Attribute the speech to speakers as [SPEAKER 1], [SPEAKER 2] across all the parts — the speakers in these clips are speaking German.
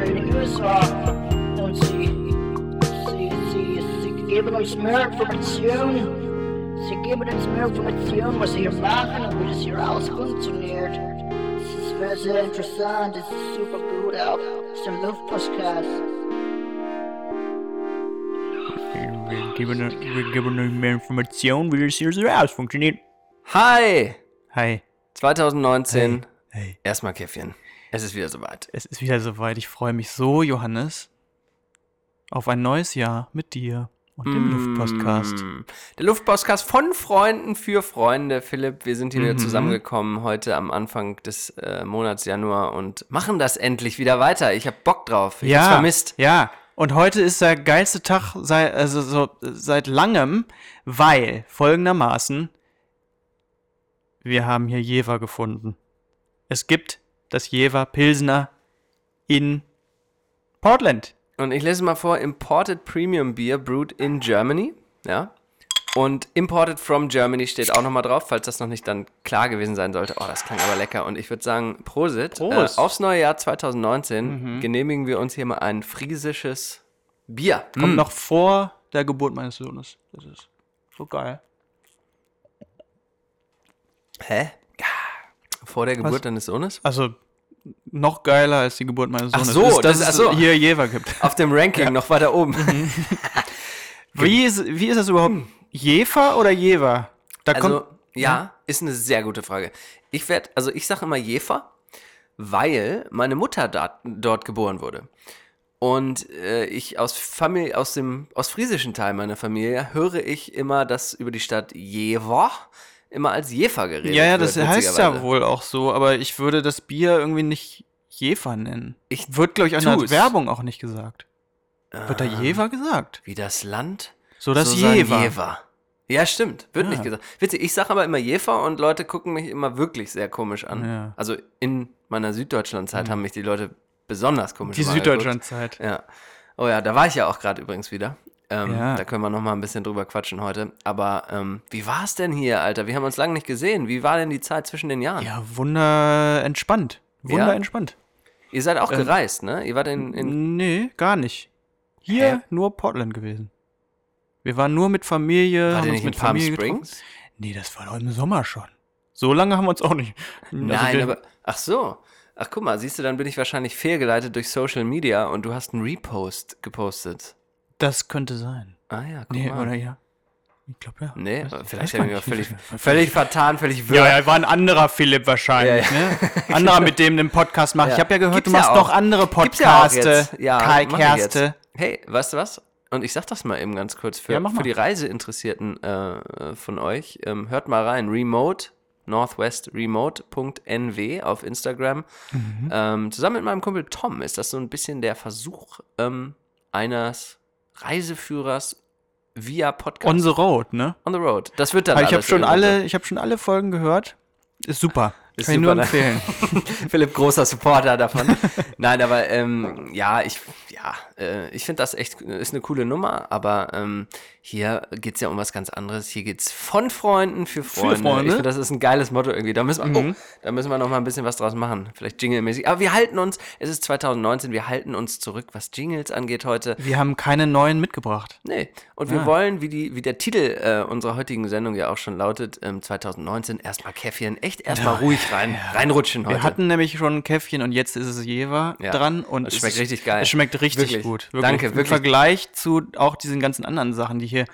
[SPEAKER 1] größer. Und sie, sie, sie, sie geben uns mehr Informationen. Sie geben uns mehr Informationen, was sie hier machen und wie das hier alles funktioniert. Es ist sehr, sehr interessant. Es ist super gut auch. Es ist ein Luftpostcast.
[SPEAKER 2] Wir geben, wir geben euch mehr Informationen, wie das hier so raus funktioniert.
[SPEAKER 3] Hi!
[SPEAKER 2] Hi.
[SPEAKER 3] 2019.
[SPEAKER 2] Hey.
[SPEAKER 3] Erstmal Käffchen. Es ist wieder soweit.
[SPEAKER 2] Es ist wieder soweit. Ich freue mich so, Johannes, auf ein neues Jahr mit dir und dem Luftpostcast.
[SPEAKER 3] Mm. Der Luftpostcast von Freunden für Freunde. Philipp, wir sind hier
[SPEAKER 2] Mhm.
[SPEAKER 3] wieder zusammengekommen heute am Anfang des äh, Monats Januar und machen das endlich wieder weiter. Ich hab Bock drauf. Ich hab's vermisst.
[SPEAKER 2] Ja. Und heute ist der geilste Tag sei, also so, seit langem, weil folgendermaßen wir haben hier Jever gefunden. Es gibt das Jever Pilsner in Portland.
[SPEAKER 3] Und ich lese mal vor: Imported Premium Beer brewed in Germany. Ja. Und Imported from Germany steht auch nochmal drauf, falls das noch nicht dann klar gewesen sein sollte. Oh, das klang aber lecker. Und ich würde sagen, Prosit.
[SPEAKER 2] Prost.
[SPEAKER 3] Äh, aufs neue Jahr 2019 genehmigen wir uns hier mal ein friesisches Bier.
[SPEAKER 2] Kommt noch vor der Geburt meines Sohnes. Das ist so geil.
[SPEAKER 3] Hä? Vor der Geburt deines Sohnes?
[SPEAKER 2] Also noch geiler als die Geburt meines
[SPEAKER 3] Ach
[SPEAKER 2] Sohnes.
[SPEAKER 3] so,
[SPEAKER 2] ist, dass
[SPEAKER 3] das-
[SPEAKER 2] es
[SPEAKER 3] ach so.
[SPEAKER 2] hier Jever gibt.
[SPEAKER 3] Auf dem Ranking noch weiter oben.
[SPEAKER 2] Wie ist, wie ist das überhaupt? Jever oder Jever? Da
[SPEAKER 3] Also,
[SPEAKER 2] kommt
[SPEAKER 3] ja, ist eine sehr gute Frage. Ich werde, also ich sage immer Jefer, weil meine Mutter da, dort geboren wurde. Und äh, ich aus Familie, aus dem, aus friesischen Teil meiner Familie höre ich immer, dass über die Stadt Jever immer als Jefer geredet wird.
[SPEAKER 2] Ja, ja, das heißt ja
[SPEAKER 3] witzigerweise.
[SPEAKER 2] wohl auch so, aber ich würde das Bier irgendwie nicht Jever nennen.
[SPEAKER 3] Ich
[SPEAKER 2] Wird, glaube ich, auch in der
[SPEAKER 3] tu's.
[SPEAKER 2] Werbung auch nicht gesagt. Wird da
[SPEAKER 3] Ah.
[SPEAKER 2] Jever gesagt?
[SPEAKER 3] Wie das Land?
[SPEAKER 2] So das
[SPEAKER 3] sein
[SPEAKER 2] Jever.
[SPEAKER 3] Ja, stimmt. Wird
[SPEAKER 2] Ja.
[SPEAKER 3] nicht gesagt. Witzig, ich sage aber immer Jever und Leute gucken mich immer wirklich sehr komisch an.
[SPEAKER 2] Ja.
[SPEAKER 3] Also in meiner Süddeutschlandzeit haben mich die Leute besonders komisch
[SPEAKER 2] Die
[SPEAKER 3] mal
[SPEAKER 2] Süddeutschlandzeit.
[SPEAKER 3] geguckt. Ja. Oh ja, da war ich ja auch gerade übrigens wieder. Ähm,
[SPEAKER 2] Ja.
[SPEAKER 3] Da können wir noch mal ein bisschen drüber quatschen heute. Aber ähm, wie war es denn hier, Alter? Wir haben uns lange nicht gesehen. Wie war denn die Zeit zwischen den Jahren?
[SPEAKER 2] Ja, wunder entspannt. Wunder entspannt.
[SPEAKER 3] Ihr seid auch
[SPEAKER 2] Ähm,
[SPEAKER 3] gereist, ne? Ihr wart in, in
[SPEAKER 2] Nee, gar nicht. Hier
[SPEAKER 3] Hä?
[SPEAKER 2] nur Portland gewesen. Wir waren nur mit Familie.
[SPEAKER 3] wart
[SPEAKER 2] haben
[SPEAKER 3] ihr
[SPEAKER 2] uns
[SPEAKER 3] nicht in
[SPEAKER 2] mit
[SPEAKER 3] Palm
[SPEAKER 2] Familie getroffen.
[SPEAKER 3] Springs?
[SPEAKER 2] Nee, das war doch im Sommer schon. So lange haben wir uns auch nicht. Also
[SPEAKER 3] Nein,
[SPEAKER 2] wir-
[SPEAKER 3] aber. Ach so. Ach, guck mal, siehst du, dann bin ich wahrscheinlich fehlgeleitet durch Social Media und du hast einen Repost gepostet.
[SPEAKER 2] Das könnte sein.
[SPEAKER 3] Ah ja, guck
[SPEAKER 2] Nee,
[SPEAKER 3] mal.
[SPEAKER 2] oder ja. Ich glaube ja.
[SPEAKER 3] Nee,
[SPEAKER 2] Weiß- weiß
[SPEAKER 3] vielleicht habe ich
[SPEAKER 2] gar
[SPEAKER 3] mir
[SPEAKER 2] nicht.
[SPEAKER 3] völlig, völlig vertan, völlig wirr.
[SPEAKER 2] Ja, ja, war ein anderer Philipp wahrscheinlich,
[SPEAKER 3] Ja, ja.
[SPEAKER 2] ne? Anderer, mit dem du den Podcast machst.
[SPEAKER 3] Ja.
[SPEAKER 2] Ich habe ja gehört,
[SPEAKER 3] Gibt's
[SPEAKER 2] du machst
[SPEAKER 3] ja
[SPEAKER 2] noch
[SPEAKER 3] auch.
[SPEAKER 2] andere
[SPEAKER 3] Gibt's ja auch
[SPEAKER 2] Podcaste.
[SPEAKER 3] jetzt. Ja,
[SPEAKER 2] Kai
[SPEAKER 3] mach ich jetzt.
[SPEAKER 2] Kerste.
[SPEAKER 3] Hey, weißt du was? Und ich sag das mal eben ganz kurz für,
[SPEAKER 2] Ja, mach mal.
[SPEAKER 3] für die Reiseinteressierten äh, äh, von euch. Ähm, hört mal rein. Remote, northwestremote.nw auf Instagram.
[SPEAKER 2] Mhm.
[SPEAKER 3] Ähm, zusammen mit meinem Kumpel Tom ist das so ein bisschen der Versuch ähm, eines Reiseführers via Podcast.
[SPEAKER 2] On the road, ne?
[SPEAKER 3] On the road. Das wird dann
[SPEAKER 2] Aber ich habe
[SPEAKER 3] Also alles
[SPEAKER 2] schon
[SPEAKER 3] irgendwann
[SPEAKER 2] alle, ich habe schon alle Folgen gehört. Ist super.
[SPEAKER 3] Ist
[SPEAKER 2] Kann ich nur
[SPEAKER 3] super, ne?
[SPEAKER 2] empfehlen.
[SPEAKER 3] Philipp großer Supporter davon. Nein, aber ähm, ja, ich, ja, äh, ich finde das echt ist eine coole Nummer, aber ähm, hier geht's ja um was ganz anderes. Hier geht's von Freunden für Freunde.
[SPEAKER 2] Freunde. Mhm.
[SPEAKER 3] Ich finde, das ist ein geiles Motto irgendwie. Da müssen wir, oh, da müssen wir noch mal ein bisschen was draus machen. Vielleicht jinglemäßig. Aber wir halten uns, es ist 2019, wir halten uns zurück, was Jingles angeht heute.
[SPEAKER 2] Wir haben keine neuen mitgebracht.
[SPEAKER 3] Nee. Und
[SPEAKER 2] Ah.
[SPEAKER 3] wir wollen, wie, die, wie der Titel äh, unserer heutigen Sendung ja auch schon lautet, ähm, 2019 erstmal Käffchen, echt erstmal ruhig rein, reinrutschen heute.
[SPEAKER 2] Wir hatten nämlich schon ein Käffchen und jetzt ist es Jever
[SPEAKER 3] Ja.
[SPEAKER 2] dran und
[SPEAKER 3] Es schmeckt
[SPEAKER 2] ist-
[SPEAKER 3] richtig geil.
[SPEAKER 2] Es schmeckt richtig
[SPEAKER 3] Wirklich.
[SPEAKER 2] gut.
[SPEAKER 3] Danke,
[SPEAKER 2] Im
[SPEAKER 3] wirklich.
[SPEAKER 2] Vergleich zu auch diesen ganzen anderen Sachen, die hier.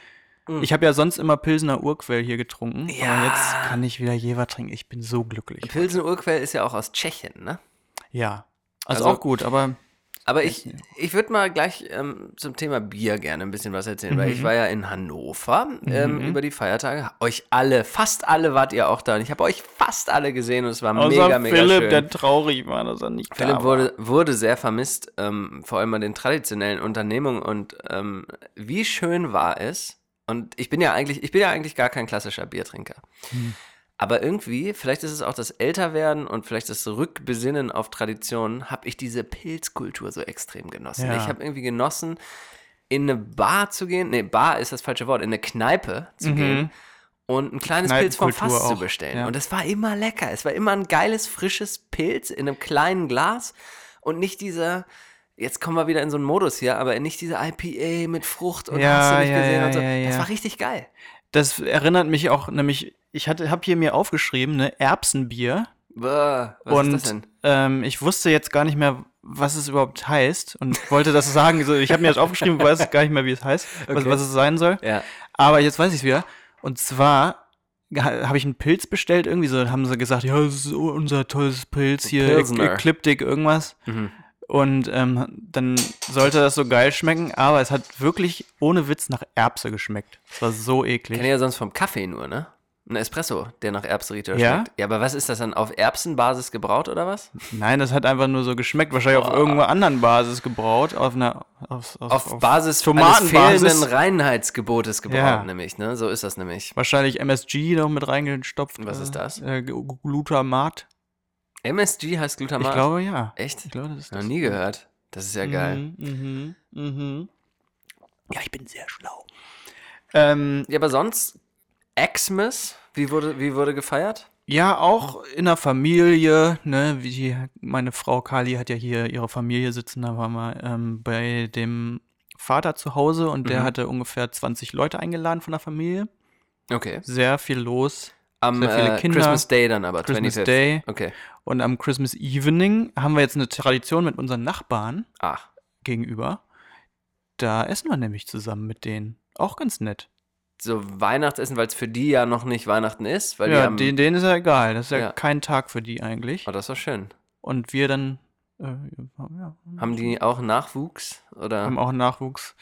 [SPEAKER 2] Ich habe ja sonst immer Pilsener Urquell hier getrunken.
[SPEAKER 3] Mm. Ja.
[SPEAKER 2] Aber jetzt kann ich wieder Jever trinken. Ich bin so glücklich.
[SPEAKER 3] Pilsen Urquell ist ja auch aus Tschechien, ne?
[SPEAKER 2] Ja. Also,
[SPEAKER 3] Also-
[SPEAKER 2] auch gut, aber
[SPEAKER 3] Aber ich, ich würde mal gleich ähm, zum Thema Bier gerne ein bisschen was erzählen, weil
[SPEAKER 2] Mhm.
[SPEAKER 3] ich war ja in Hannover ähm, über die Feiertage. Euch alle, fast alle wart ihr auch da und ich habe euch fast alle gesehen und es war mega, mega
[SPEAKER 2] Philipp,
[SPEAKER 3] schön.
[SPEAKER 2] der traurig war, dass er nicht
[SPEAKER 3] Philipp
[SPEAKER 2] da war.
[SPEAKER 3] wurde, wurde sehr vermisst, ähm, vor allem bei den traditionellen Unternehmungen. Und ähm, wie schön war es, und ich bin ja eigentlich, ich bin ja eigentlich gar kein klassischer Biertrinker.
[SPEAKER 2] Hm.
[SPEAKER 3] Aber irgendwie, vielleicht ist es auch das Älterwerden und vielleicht das Rückbesinnen auf Traditionen, habe ich diese Pilzkultur so extrem genossen.
[SPEAKER 2] Ja.
[SPEAKER 3] Ich habe irgendwie genossen, in eine Bar zu gehen. Nee, Bar ist das falsche Wort, in eine Kneipe
[SPEAKER 2] Mhm.
[SPEAKER 3] zu gehen und ein kleines Pilz vom Fass
[SPEAKER 2] Kneipenkultur
[SPEAKER 3] zu
[SPEAKER 2] auch,
[SPEAKER 3] bestellen.
[SPEAKER 2] ja.
[SPEAKER 3] Und es war immer lecker. Es war immer ein geiles, frisches Pilz in einem kleinen Glas und nicht dieser jetzt kommen wir wieder in so einen Modus hier, aber nicht diese IPA mit Frucht und
[SPEAKER 2] Ja,
[SPEAKER 3] hast du nicht
[SPEAKER 2] ja,
[SPEAKER 3] gesehen
[SPEAKER 2] ja,
[SPEAKER 3] und so.
[SPEAKER 2] ja, ja.
[SPEAKER 3] Das war richtig geil.
[SPEAKER 2] Das erinnert mich auch, nämlich, ich habe hier mir aufgeschrieben, ne, Erbsenbier.
[SPEAKER 3] Bäh, was
[SPEAKER 2] und
[SPEAKER 3] ist das denn?
[SPEAKER 2] Ähm, ich wusste jetzt gar nicht mehr, was es überhaupt heißt und wollte das sagen. So, ich habe mir das aufgeschrieben, weiß gar nicht mehr, wie es heißt, was,
[SPEAKER 3] Okay.
[SPEAKER 2] was es sein soll.
[SPEAKER 3] Ja.
[SPEAKER 2] Aber jetzt weiß ich es wieder. Und zwar ha- habe ich einen Pilz bestellt, irgendwie so, haben sie gesagt, ja, das ist u- unser tolles Pilz hier,
[SPEAKER 3] Pilsner.
[SPEAKER 2] Ekliptik, irgendwas.
[SPEAKER 3] Mhm.
[SPEAKER 2] Und ähm, dann sollte das so geil schmecken, aber es hat wirklich ohne Witz nach Erbse geschmeckt. Es war so eklig.
[SPEAKER 3] Kenne ja sonst vom Kaffee nur, ne? Ein Espresso, der nach Erbsenritter
[SPEAKER 2] Ja?
[SPEAKER 3] schmeckt. Ja, aber was ist das dann? Auf Erbsenbasis gebraut oder was?
[SPEAKER 2] Nein, das hat einfach nur so geschmeckt. Wahrscheinlich auf irgendeiner anderen Basis gebraut. Auf einer. Auf, auf,
[SPEAKER 3] Ah. Auf, Basis eines
[SPEAKER 2] Tomatenbasis.
[SPEAKER 3] fehlenden Reinheitsgebotes gebraut,
[SPEAKER 2] Ja.
[SPEAKER 3] nämlich, ne? So ist das nämlich.
[SPEAKER 2] Wahrscheinlich MSG noch mit reingestopft.
[SPEAKER 3] Was
[SPEAKER 2] äh,
[SPEAKER 3] ist das?
[SPEAKER 2] Äh, Gl- Glutamat.
[SPEAKER 3] MSG heißt Glutamat.
[SPEAKER 2] Ich glaube, ja.
[SPEAKER 3] Echt?
[SPEAKER 2] Ich glaube, das ist Mhm.
[SPEAKER 3] Noch
[SPEAKER 2] das.
[SPEAKER 3] nie gehört. Das ist ja geil.
[SPEAKER 2] Mhm, mhm, mhm. Ja, ich bin sehr schlau. Ähm,
[SPEAKER 3] Ja, aber sonst, Xmas, wie wurde, wie wurde gefeiert?
[SPEAKER 2] ja, auch in der Familie, ne, wie die, meine Frau Kali hat ja hier ihre Familie sitzen, da waren wir ähm, bei dem Vater zu Hause und der
[SPEAKER 3] Mhm.
[SPEAKER 2] hatte ungefähr 20 Leute eingeladen von der Familie.
[SPEAKER 3] Okay.
[SPEAKER 2] Sehr viel los.
[SPEAKER 3] Am
[SPEAKER 2] Sehr viele
[SPEAKER 3] äh,
[SPEAKER 2] Kinder.
[SPEAKER 3] Christmas Day dann aber,
[SPEAKER 2] Christmas
[SPEAKER 3] 25th.
[SPEAKER 2] Day.
[SPEAKER 3] Okay.
[SPEAKER 2] Und am Christmas Evening haben wir jetzt eine Tradition mit unseren Nachbarn
[SPEAKER 3] Ach,
[SPEAKER 2] gegenüber. Da essen wir nämlich zusammen mit denen. Auch ganz nett.
[SPEAKER 3] so Weihnachtsessen, weil es für die ja noch nicht Weihnachten ist. Weil die
[SPEAKER 2] ja,
[SPEAKER 3] haben,
[SPEAKER 2] den, denen ist ja egal. Das ist ja,
[SPEAKER 3] Ja.
[SPEAKER 2] kein Tag für die eigentlich.
[SPEAKER 3] oh, das ist doch schön.
[SPEAKER 2] Und wir dann äh, ja,
[SPEAKER 3] Haben die auch Nachwuchs? Oder?
[SPEAKER 2] haben auch Nachwuchs.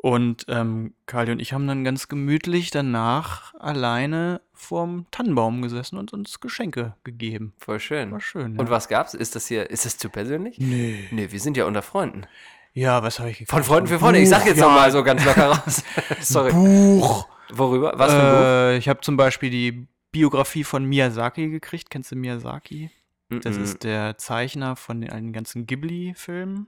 [SPEAKER 2] Und ähm, Kali und ich haben dann ganz gemütlich danach alleine vorm Tannenbaum gesessen und uns Geschenke gegeben.
[SPEAKER 3] Voll schön.
[SPEAKER 2] War schön.
[SPEAKER 3] Und
[SPEAKER 2] ja.
[SPEAKER 3] was gab's? Ist das hier, ist das zu persönlich?
[SPEAKER 2] Nee.
[SPEAKER 3] Nee, wir sind ja unter Freunden.
[SPEAKER 2] Ja, was habe ich gekriegt?
[SPEAKER 3] Von Freunden für Freunde. Ich sag jetzt nochmal so ganz locker raus. Sorry.
[SPEAKER 2] Buch.
[SPEAKER 3] Worüber? Was für ein
[SPEAKER 2] äh, Ich habe zum Beispiel die Biografie von Miyazaki gekriegt. Kennst du Miyazaki?
[SPEAKER 3] Buch?
[SPEAKER 2] Äh,
[SPEAKER 3] Mhm.
[SPEAKER 2] Das
[SPEAKER 3] Mm-mm.
[SPEAKER 2] ist der Zeichner von den, allen ganzen Ghibli-Filmen.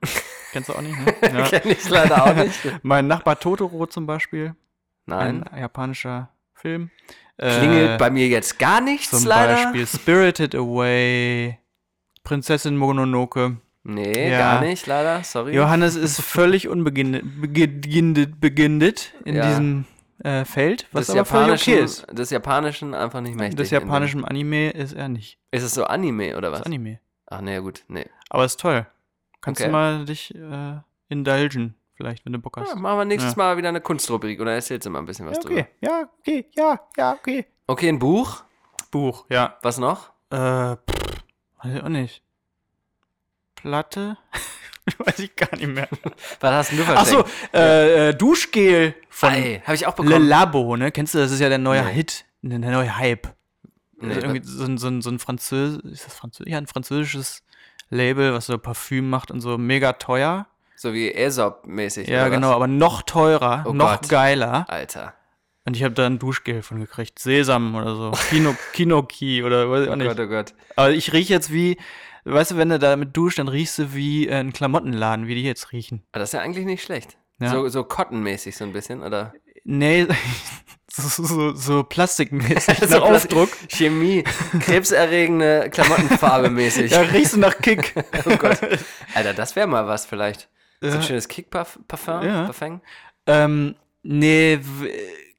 [SPEAKER 2] Kennst du auch nicht, ne? Ja.
[SPEAKER 3] Kenn ich leider auch nicht.
[SPEAKER 2] Mein Nachbar Totoro zum Beispiel.
[SPEAKER 3] Nein.
[SPEAKER 2] Ein japanischer Film. Äh,
[SPEAKER 3] Klingelt bei mir jetzt gar nichts
[SPEAKER 2] Zum
[SPEAKER 3] leider.
[SPEAKER 2] Beispiel Spirited Away. Prinzessin Mononoke.
[SPEAKER 3] Nee,
[SPEAKER 2] Ja.
[SPEAKER 3] gar nicht leider. Sorry.
[SPEAKER 2] Johannes ist völlig unbegindet begindet in
[SPEAKER 3] Ja.
[SPEAKER 2] diesem äh, Feld, was
[SPEAKER 3] des
[SPEAKER 2] aber völlig
[SPEAKER 3] japanischen,
[SPEAKER 2] okay ist.
[SPEAKER 3] des japanischen einfach nicht mächtig.
[SPEAKER 2] Des
[SPEAKER 3] in dem-
[SPEAKER 2] japanischen Anime ist er nicht.
[SPEAKER 3] Ist es so Anime oder was?
[SPEAKER 2] Das Anime.
[SPEAKER 3] Ach nee, gut, nee.
[SPEAKER 2] Aber ist toll. Kannst
[SPEAKER 3] Okay.
[SPEAKER 2] du mal dich äh, indulgen, vielleicht, wenn du Bock hast.
[SPEAKER 3] Ja, machen wir nächstes
[SPEAKER 2] Ja.
[SPEAKER 3] Mal wieder eine Kunstrubrik oder erzählst du mal ein bisschen was drüber.
[SPEAKER 2] ja, okay, ja, ja, okay.
[SPEAKER 3] Okay, ein Buch.
[SPEAKER 2] Buch, ja.
[SPEAKER 3] Was noch?
[SPEAKER 2] Äh, pff, weiß ich auch nicht. Platte? weiß ich gar nicht mehr.
[SPEAKER 3] Was hast denn du
[SPEAKER 2] Ach so,
[SPEAKER 3] verschenkt?
[SPEAKER 2] äh, äh, Duschgel von
[SPEAKER 3] Ei, habe ich auch
[SPEAKER 2] Le
[SPEAKER 3] bekommen.
[SPEAKER 2] Labo, ne? Kennst du, das ist ja der neue
[SPEAKER 3] Nee.
[SPEAKER 2] Hit, ne, der neue Hype.
[SPEAKER 3] Nee,
[SPEAKER 2] also irgendwie
[SPEAKER 3] was-
[SPEAKER 2] so ein, so ein, so ein Französ ist das Französ ja, ein französisches Label, was so Parfüm macht und so mega teuer.
[SPEAKER 3] so wie Aesop-mäßig.
[SPEAKER 2] Ja,
[SPEAKER 3] oder was?
[SPEAKER 2] genau, aber noch teurer,
[SPEAKER 3] Oh
[SPEAKER 2] noch
[SPEAKER 3] Gott.
[SPEAKER 2] geiler.
[SPEAKER 3] Alter.
[SPEAKER 2] Und ich habe da ein Duschgel von gekriegt. Sesam oder so. Kino, Kinoki oder weiß ich auch
[SPEAKER 3] Oh Gott,
[SPEAKER 2] nicht.
[SPEAKER 3] oh Gott.
[SPEAKER 2] Aber ich riech jetzt wie, weißt du, wenn du damit duschst, dann riechst du wie äh, ein Klamottenladen, wie die jetzt riechen.
[SPEAKER 3] Aber das ist ja eigentlich nicht schlecht.
[SPEAKER 2] Ja.
[SPEAKER 3] So, so Cotton-mäßig so ein bisschen, oder?
[SPEAKER 2] Nee, so, so, so plastikmäßig.
[SPEAKER 3] So
[SPEAKER 2] nach
[SPEAKER 3] Plas-
[SPEAKER 2] Aufdruck.
[SPEAKER 3] Chemie, krebserregende Klamottenfarbe mäßig.
[SPEAKER 2] Ja, riechst du nach Kick.
[SPEAKER 3] Oh Gott. Alter, das wäre mal was vielleicht. So
[SPEAKER 2] Ja.
[SPEAKER 3] ein schönes Kick-Parfum.
[SPEAKER 2] Ja.
[SPEAKER 3] Parfum?
[SPEAKER 2] ähm, nee, w-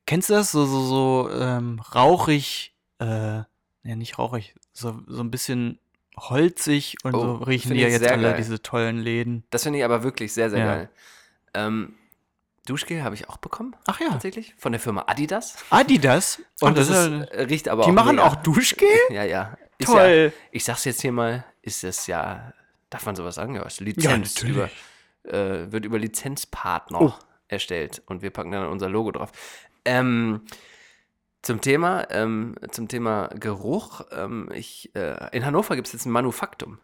[SPEAKER 2] kennst du das? So, so, so ähm, rauchig, äh, ja, nicht rauchig, so, so ein bisschen holzig und
[SPEAKER 3] Oh,
[SPEAKER 2] so riechen
[SPEAKER 3] find
[SPEAKER 2] die ja
[SPEAKER 3] ich
[SPEAKER 2] jetzt
[SPEAKER 3] sehr
[SPEAKER 2] alle,
[SPEAKER 3] geil.
[SPEAKER 2] diese tollen Läden.
[SPEAKER 3] Das finde ich aber wirklich sehr, sehr
[SPEAKER 2] Ja.
[SPEAKER 3] geil. Ähm, Duschgel habe ich auch bekommen,
[SPEAKER 2] Ach ja,
[SPEAKER 3] tatsächlich, von der Firma Adidas.
[SPEAKER 2] Adidas.
[SPEAKER 3] Und das,
[SPEAKER 2] ja-
[SPEAKER 3] ist, äh, riecht aber
[SPEAKER 2] die
[SPEAKER 3] auch
[SPEAKER 2] machen
[SPEAKER 3] mega.
[SPEAKER 2] auch Duschgel?
[SPEAKER 3] Ja, ja. Ist
[SPEAKER 2] Toll.
[SPEAKER 3] Ja, ich sag's jetzt hier mal, ist das ja, darf man sowas sagen? Ja, ist
[SPEAKER 2] Ja,
[SPEAKER 3] Lizenz
[SPEAKER 2] natürlich.
[SPEAKER 3] über, äh, wird über Lizenzpartner
[SPEAKER 2] Oh.
[SPEAKER 3] erstellt und wir packen dann unser Logo drauf. Ähm, zum Thema, ähm, zum Thema Geruch, ähm, ich, äh, in Hannover gibt's jetzt ein Manufaktum.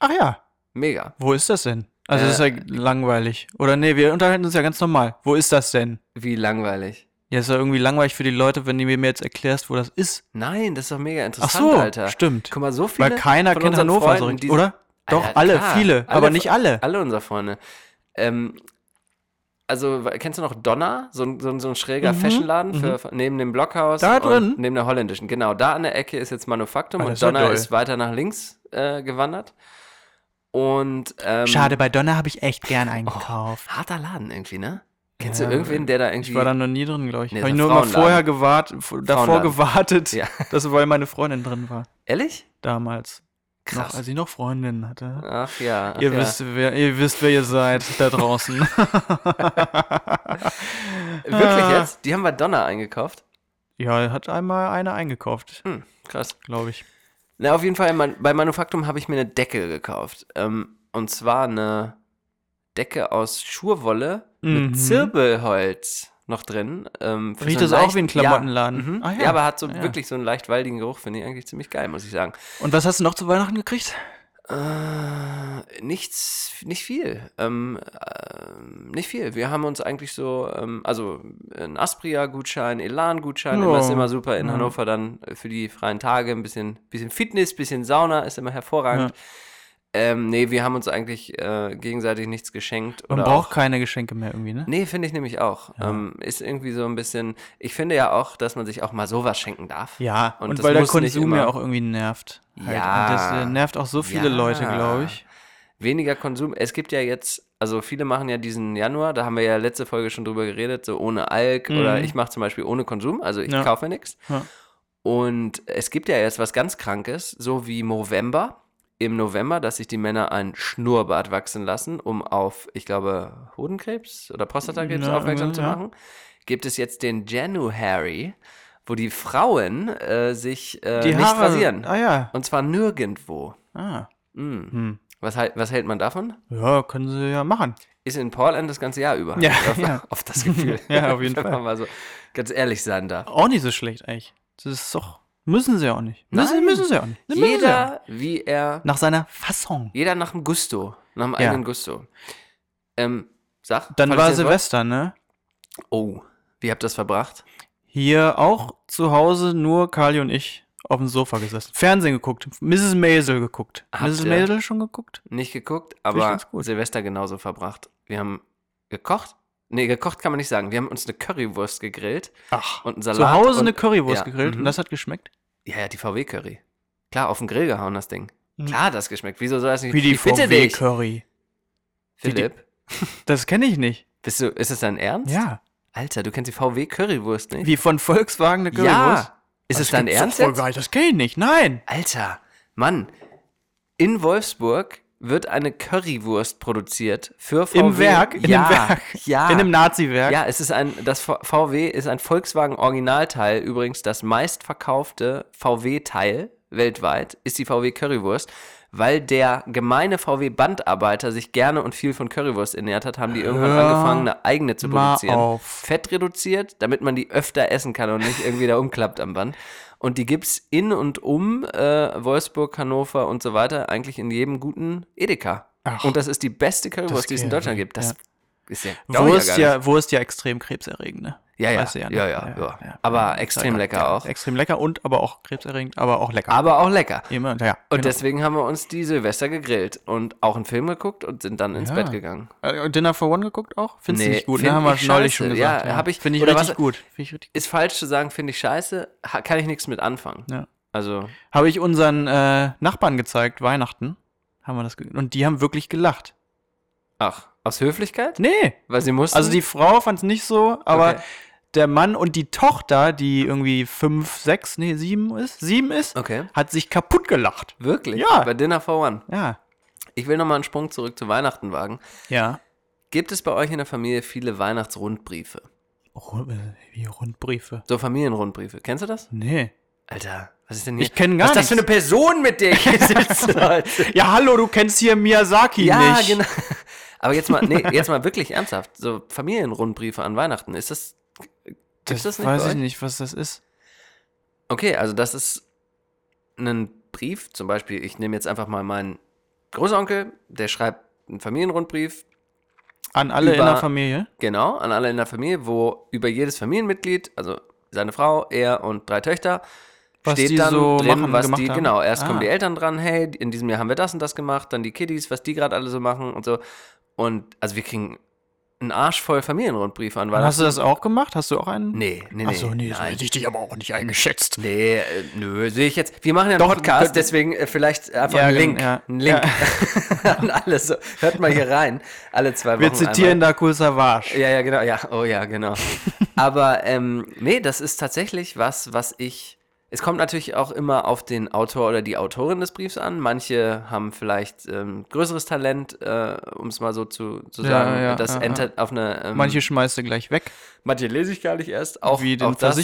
[SPEAKER 2] Ach ja,
[SPEAKER 3] Mega.
[SPEAKER 2] wo ist das denn? Also
[SPEAKER 3] Äh.
[SPEAKER 2] das ist ja langweilig. Oder nee, wir unterhalten uns ja ganz normal. Wo ist das denn?
[SPEAKER 3] Wie langweilig.
[SPEAKER 2] Ja, ist ja irgendwie langweilig für die Leute, wenn du mir jetzt erklärst, wo das ist.
[SPEAKER 3] Nein, das ist doch mega
[SPEAKER 2] Ach
[SPEAKER 3] interessant,
[SPEAKER 2] so,
[SPEAKER 3] Alter.
[SPEAKER 2] stimmt.
[SPEAKER 3] Guck mal, so viele.
[SPEAKER 2] Weil keiner
[SPEAKER 3] von
[SPEAKER 2] kennt
[SPEAKER 3] unseren
[SPEAKER 2] Hannover so
[SPEAKER 3] Freunden,
[SPEAKER 2] richtig,
[SPEAKER 3] die-
[SPEAKER 2] oder? Doch,
[SPEAKER 3] Alter,
[SPEAKER 2] alle,
[SPEAKER 3] klar.
[SPEAKER 2] viele,
[SPEAKER 3] Alle
[SPEAKER 2] aber
[SPEAKER 3] von-
[SPEAKER 2] nicht alle.
[SPEAKER 3] Alle unsere Freunde. Ähm, also, we- kennst du noch Donner? So ein, so ein, so ein schräger
[SPEAKER 2] Mhm,
[SPEAKER 3] Fashionladen für, neben dem Blockhaus.
[SPEAKER 2] Da drin?
[SPEAKER 3] Und neben der holländischen. Genau, da an der Ecke ist jetzt Manufaktum
[SPEAKER 2] Ah, das
[SPEAKER 3] und
[SPEAKER 2] ist ja
[SPEAKER 3] Donner
[SPEAKER 2] doll.
[SPEAKER 3] ist weiter nach links äh, gewandert. Und ähm, Oh.
[SPEAKER 2] Schade, bei Donner habe ich echt gern eingekauft.
[SPEAKER 3] harter Laden irgendwie, ne? Kennst
[SPEAKER 2] Ja,
[SPEAKER 3] du irgendwen, der da irgendwie.
[SPEAKER 2] Ich war da noch nie drin, glaube ich.
[SPEAKER 3] Nee,
[SPEAKER 2] habe ich
[SPEAKER 3] das
[SPEAKER 2] nur
[SPEAKER 3] ist
[SPEAKER 2] immer
[SPEAKER 3] Frauenladen.
[SPEAKER 2] vorher gewartet, vor- davor
[SPEAKER 3] Frauenladen.
[SPEAKER 2] gewartet,
[SPEAKER 3] Ja.
[SPEAKER 2] dass weil meine Freundin drin war.
[SPEAKER 3] Ehrlich?
[SPEAKER 2] Damals.
[SPEAKER 3] Krass.
[SPEAKER 2] Noch, als ich noch Freundinnen hatte.
[SPEAKER 3] Ach ja. Ach
[SPEAKER 2] Ihr,
[SPEAKER 3] ja.
[SPEAKER 2] wisst, wer, ihr wisst, wer ihr seid da draußen.
[SPEAKER 3] Wirklich
[SPEAKER 2] Ah.
[SPEAKER 3] jetzt? Die haben wir Donner eingekauft.
[SPEAKER 2] ja, hat einmal eine eingekauft,
[SPEAKER 3] Hm, krass.
[SPEAKER 2] glaube ich.
[SPEAKER 3] Na, auf jeden Fall, man- bei Manufaktum habe ich mir eine Decke gekauft. Ähm, und zwar eine Decke aus Schurwolle
[SPEAKER 2] Mhm.
[SPEAKER 3] mit Zirbelholz noch drin. Ähm, für
[SPEAKER 2] Riecht
[SPEAKER 3] einen
[SPEAKER 2] das auch
[SPEAKER 3] leicht-
[SPEAKER 2] wie ein Klamottenladen?
[SPEAKER 3] Ja, mhm.
[SPEAKER 2] Ah ja.
[SPEAKER 3] ja. aber hat so
[SPEAKER 2] Ja.
[SPEAKER 3] wirklich so einen leicht waldigen Geruch, finde ich eigentlich ziemlich geil, muss ich sagen.
[SPEAKER 2] Und was hast du noch zu Weihnachten gekriegt?
[SPEAKER 3] Äh, nichts, nicht viel. Ähm, äh, nicht viel. Wir haben uns eigentlich so, ähm, also ein Aspria-Gutschein, Elan-Gutschein,
[SPEAKER 2] Ja.
[SPEAKER 3] immer ist immer super in
[SPEAKER 2] Ja.
[SPEAKER 3] Hannover dann äh, für die freien Tage. Ein bisschen, bisschen Fitness, bisschen Sauna ist immer hervorragend. Ähm, nee, wir haben uns eigentlich äh, gegenseitig nichts geschenkt.
[SPEAKER 2] Man
[SPEAKER 3] oder
[SPEAKER 2] braucht
[SPEAKER 3] auch-
[SPEAKER 2] keine Geschenke mehr irgendwie, ne?
[SPEAKER 3] Nee, finde ich nämlich auch. Ähm, ist irgendwie so ein bisschen. Ich finde ja auch, dass man sich auch mal sowas schenken darf.
[SPEAKER 2] Ja, und,
[SPEAKER 3] das
[SPEAKER 2] weil der
[SPEAKER 3] muss nicht
[SPEAKER 2] Konsum
[SPEAKER 3] immer-
[SPEAKER 2] ja auch irgendwie nervt. Halt.
[SPEAKER 3] Ja.
[SPEAKER 2] Und das äh, nervt auch so viele
[SPEAKER 3] Ja.
[SPEAKER 2] Leute, glaube ich.
[SPEAKER 3] weniger Konsum. Es gibt ja jetzt, also viele machen ja diesen Januar, da haben wir ja letzte Folge schon drüber geredet, so ohne Alk
[SPEAKER 2] Mhm.
[SPEAKER 3] oder ich mache zum Beispiel ohne Konsum, also ich
[SPEAKER 2] Ja.
[SPEAKER 3] kaufe mir nichts.
[SPEAKER 2] Ja.
[SPEAKER 3] Und es gibt ja jetzt was ganz Krankes, so wie Movember. Im November, dass sich die Männer ein Schnurrbart wachsen lassen, um auf, ich glaube, Hodenkrebs oder Prostatakrebs
[SPEAKER 2] Ja,
[SPEAKER 3] aufmerksam zu
[SPEAKER 2] ja.
[SPEAKER 3] machen, gibt es jetzt den January, wo die Frauen äh, sich äh,
[SPEAKER 2] Die
[SPEAKER 3] nicht
[SPEAKER 2] Haare.
[SPEAKER 3] rasieren.
[SPEAKER 2] Ah ja.
[SPEAKER 3] Und zwar nirgendwo.
[SPEAKER 2] Ah.
[SPEAKER 3] Mm.
[SPEAKER 2] Hm.
[SPEAKER 3] Was, halt- was hält man davon?
[SPEAKER 2] Ja, können sie ja machen.
[SPEAKER 3] ist in Portland das ganze Jahr über.
[SPEAKER 2] Ja,
[SPEAKER 3] auf,
[SPEAKER 2] ja.
[SPEAKER 3] auf das Gefühl.
[SPEAKER 2] Ja, auf jeden
[SPEAKER 3] Wenn
[SPEAKER 2] Fall.
[SPEAKER 3] man mal so ganz ehrlich sein darf.
[SPEAKER 2] Auch nicht so schlecht, eigentlich. Das ist doch. Müssen sie auch nicht. Müssen,
[SPEAKER 3] Nein.
[SPEAKER 2] müssen sie auch nicht. Müssen sie auch nicht.
[SPEAKER 3] Jeder, wie er,
[SPEAKER 2] Nach seiner Fassung.
[SPEAKER 3] jeder nach dem Gusto, nach dem
[SPEAKER 2] Ja.
[SPEAKER 3] eigenen Gusto. Ähm, sag.
[SPEAKER 2] Dann
[SPEAKER 3] fand
[SPEAKER 2] war
[SPEAKER 3] ich das
[SPEAKER 2] Silvester, ne?
[SPEAKER 3] Wort- Oh, wie habt ihr das verbracht?
[SPEAKER 2] Hier auch zu Hause nur Kali und ich auf dem Sofa gesessen. Fernsehen geguckt. Mrs. Maisel geguckt.
[SPEAKER 3] Habt
[SPEAKER 2] Mrs.
[SPEAKER 3] ihr-
[SPEAKER 2] Maisel schon geguckt?
[SPEAKER 3] Nicht geguckt,
[SPEAKER 2] ich
[SPEAKER 3] aber
[SPEAKER 2] ganz gut.
[SPEAKER 3] Silvester genauso verbracht. Wir haben gekocht. Nee, gekocht kann man nicht sagen. Wir haben uns eine Currywurst gegrillt
[SPEAKER 2] Ach.
[SPEAKER 3] und einen
[SPEAKER 2] Zu
[SPEAKER 3] Salat.
[SPEAKER 2] Hause
[SPEAKER 3] und,
[SPEAKER 2] eine Currywurst
[SPEAKER 3] ja,
[SPEAKER 2] gegrillt
[SPEAKER 3] mhm.
[SPEAKER 2] und das hat geschmeckt.
[SPEAKER 3] Ja, ja, die VW-Curry. Klar, auf den Grill gehauen, das Ding.
[SPEAKER 2] Mhm.
[SPEAKER 3] Klar hat das geschmeckt. Wieso soll das nicht?
[SPEAKER 2] Wie die
[SPEAKER 3] Ich bitte
[SPEAKER 2] VW
[SPEAKER 3] dich,
[SPEAKER 2] Curry. die-
[SPEAKER 3] Philipp.
[SPEAKER 2] Das kenne ich nicht.
[SPEAKER 3] Bist du, ist das dein Ernst?
[SPEAKER 2] Ja.
[SPEAKER 3] Alter, du kennst die VW Currywurst nicht?
[SPEAKER 2] Wie von Volkswagen eine Currywurst? Also
[SPEAKER 3] Ja. Ist es dein
[SPEAKER 2] gibt's
[SPEAKER 3] Ernst?
[SPEAKER 2] doch voll
[SPEAKER 3] jetzt?
[SPEAKER 2] gar nicht. Das kenne ich nicht. Nein.
[SPEAKER 3] Alter, Mann, in Wolfsburg wird eine Currywurst produziert für VW.
[SPEAKER 2] Im Werk. In
[SPEAKER 3] ja,
[SPEAKER 2] dem Werk.
[SPEAKER 3] Ja.
[SPEAKER 2] In einem Nazi-Werk.
[SPEAKER 3] Ah. ja, es ist ein, das V- VW ist ein Volkswagen Originalteil, übrigens das meistverkaufte VW-Teil weltweit, ist die VW Currywurst, weil der gemeine VW Bandarbeiter sich gerne und viel von Currywurst ernährt hat, haben die irgendwann
[SPEAKER 2] Hör
[SPEAKER 3] angefangen, eine eigene zu
[SPEAKER 2] mal
[SPEAKER 3] produzieren.
[SPEAKER 2] auf.
[SPEAKER 3] Fett reduziert, damit man die öfter essen kann und nicht irgendwie da umklappt am Band. Und die gibt es in und um äh, Wolfsburg, Hannover und so weiter, eigentlich in jedem guten Edeka.
[SPEAKER 2] Ach.
[SPEAKER 3] und das ist die beste Currywurst,
[SPEAKER 2] Das
[SPEAKER 3] die es in
[SPEAKER 2] geht ja
[SPEAKER 3] Deutschland
[SPEAKER 2] nicht,
[SPEAKER 3] gibt. Das ist ja, glaub ich
[SPEAKER 2] Wurst
[SPEAKER 3] gar nicht.
[SPEAKER 2] ja, Wurst ja extrem krebserregend, ne?
[SPEAKER 3] Ja, ja,
[SPEAKER 2] Weißt du
[SPEAKER 3] ja,
[SPEAKER 2] ne?
[SPEAKER 3] ja, ja, Aber extrem lecker auch.
[SPEAKER 2] Extrem lecker und aber auch krebserregend, aber auch lecker.
[SPEAKER 3] Aber auch lecker.
[SPEAKER 2] Immer, ja. genau.
[SPEAKER 3] Und deswegen haben wir uns die Silvester gegrillt und auch einen Film geguckt und sind dann ins
[SPEAKER 2] Ja.
[SPEAKER 3] Bett gegangen.
[SPEAKER 2] Äh, Dinner for One geguckt auch? Findest du
[SPEAKER 3] Nee,
[SPEAKER 2] nicht gut?
[SPEAKER 3] find
[SPEAKER 2] ne? Haben wir
[SPEAKER 3] ich
[SPEAKER 2] neulich
[SPEAKER 3] scheiße.
[SPEAKER 2] schon gesagt.
[SPEAKER 3] Ja, hab ich-
[SPEAKER 2] Finde ich
[SPEAKER 3] oder
[SPEAKER 2] richtig
[SPEAKER 3] was-
[SPEAKER 2] gut. Finde ich richtig
[SPEAKER 3] Ist falsch zu sagen, finde ich scheiße, ha- kann ich nichts mit anfangen.
[SPEAKER 2] Ja.
[SPEAKER 3] Also,
[SPEAKER 2] Habe ich unseren äh, Nachbarn gezeigt, Weihnachten. Haben wir das ge Und die haben wirklich gelacht.
[SPEAKER 3] ach, aus Höflichkeit?
[SPEAKER 2] Nee.
[SPEAKER 3] Weil sie mussten.
[SPEAKER 2] Also die Frau fand es nicht so, aber
[SPEAKER 3] Okay.
[SPEAKER 2] der Mann und die Tochter, die irgendwie fünf, sechs, nee, sieben ist, sieben ist,
[SPEAKER 3] Okay.
[SPEAKER 2] hat sich kaputt gelacht.
[SPEAKER 3] Wirklich?
[SPEAKER 2] Ja.
[SPEAKER 3] Bei Dinner for One.
[SPEAKER 2] Ja.
[SPEAKER 3] Ich will nochmal einen Sprung zurück zu Weihnachten wagen.
[SPEAKER 2] Ja.
[SPEAKER 3] Gibt es bei euch in der Familie viele Weihnachtsrundbriefe?
[SPEAKER 2] Oh, äh, wie Rundbriefe.
[SPEAKER 3] So Familienrundbriefe. Kennst du das?
[SPEAKER 2] Nee.
[SPEAKER 3] Alter, was ist denn hier?
[SPEAKER 2] Ich kenn gar
[SPEAKER 3] Was ist das für eine
[SPEAKER 2] nichts.
[SPEAKER 3] Person, mit der ich hier sitze, Leute?
[SPEAKER 2] Ja, hallo, du kennst hier Miyazaki
[SPEAKER 3] ja,
[SPEAKER 2] nicht.
[SPEAKER 3] genau. Aber jetzt mal, nee, jetzt mal wirklich ernsthaft. So Familienrundbriefe an Weihnachten, ist das.
[SPEAKER 2] Das,
[SPEAKER 3] Gibt's das nicht
[SPEAKER 2] weiß
[SPEAKER 3] bei
[SPEAKER 2] ich
[SPEAKER 3] euch?
[SPEAKER 2] nicht, was das ist.
[SPEAKER 3] Okay, also das ist ein Brief, zum Beispiel, ich nehme jetzt einfach mal meinen Großonkel, der schreibt einen Familienrundbrief,
[SPEAKER 2] An alle in
[SPEAKER 3] Über-
[SPEAKER 2] der Familie.
[SPEAKER 3] Genau, an alle in der Familie, wo über jedes Familienmitglied, also seine Frau, er und drei Töchter,
[SPEAKER 2] Was die
[SPEAKER 3] steht dann
[SPEAKER 2] so
[SPEAKER 3] drin,
[SPEAKER 2] machen,
[SPEAKER 3] was
[SPEAKER 2] gemacht
[SPEAKER 3] die,
[SPEAKER 2] haben.
[SPEAKER 3] genau, erst
[SPEAKER 2] Ah.
[SPEAKER 3] kommen die Eltern dran, hey, in diesem Jahr haben wir das und das gemacht, dann die Kiddies, was die gerade alle so machen und so. Und also wir kriegen einen Arsch voll Familienrundbriefe an
[SPEAKER 2] Hast
[SPEAKER 3] Weihnachten.
[SPEAKER 2] du das auch gemacht? Hast du auch einen?
[SPEAKER 3] Nee, nee, nee.
[SPEAKER 2] Ach so, nee, so
[SPEAKER 3] nein.
[SPEAKER 2] hätte ich dich aber auch nicht eingeschätzt.
[SPEAKER 3] Nee, äh, nö, sehe ich jetzt. Wir machen ja einen
[SPEAKER 2] Doch,
[SPEAKER 3] Podcast,
[SPEAKER 2] könnt-
[SPEAKER 3] deswegen äh, vielleicht einfach
[SPEAKER 2] Ja, genau,
[SPEAKER 3] einen Link.
[SPEAKER 2] ja.
[SPEAKER 3] Einen Link an alle. So. Hört mal hier rein. Alle zwei Wochen.
[SPEAKER 2] Wir zitieren
[SPEAKER 3] einmal.
[SPEAKER 2] da Cool Savage.
[SPEAKER 3] Ja, ja, genau. Ja, oh ja, genau. Aber ähm, nee, das ist tatsächlich was, was ich. Es kommt natürlich auch immer auf den Autor oder die Autorin des Briefs an. Manche haben vielleicht ähm, größeres Talent, äh, um es mal so zu, zu
[SPEAKER 2] Ja,
[SPEAKER 3] sagen.
[SPEAKER 2] ja,
[SPEAKER 3] das
[SPEAKER 2] ja,
[SPEAKER 3] entert auf eine. Ähm,
[SPEAKER 2] Manche schmeißt du gleich weg,
[SPEAKER 3] manche lese ich gar nicht erst. Auch,
[SPEAKER 2] wie
[SPEAKER 3] auch
[SPEAKER 2] den
[SPEAKER 3] das.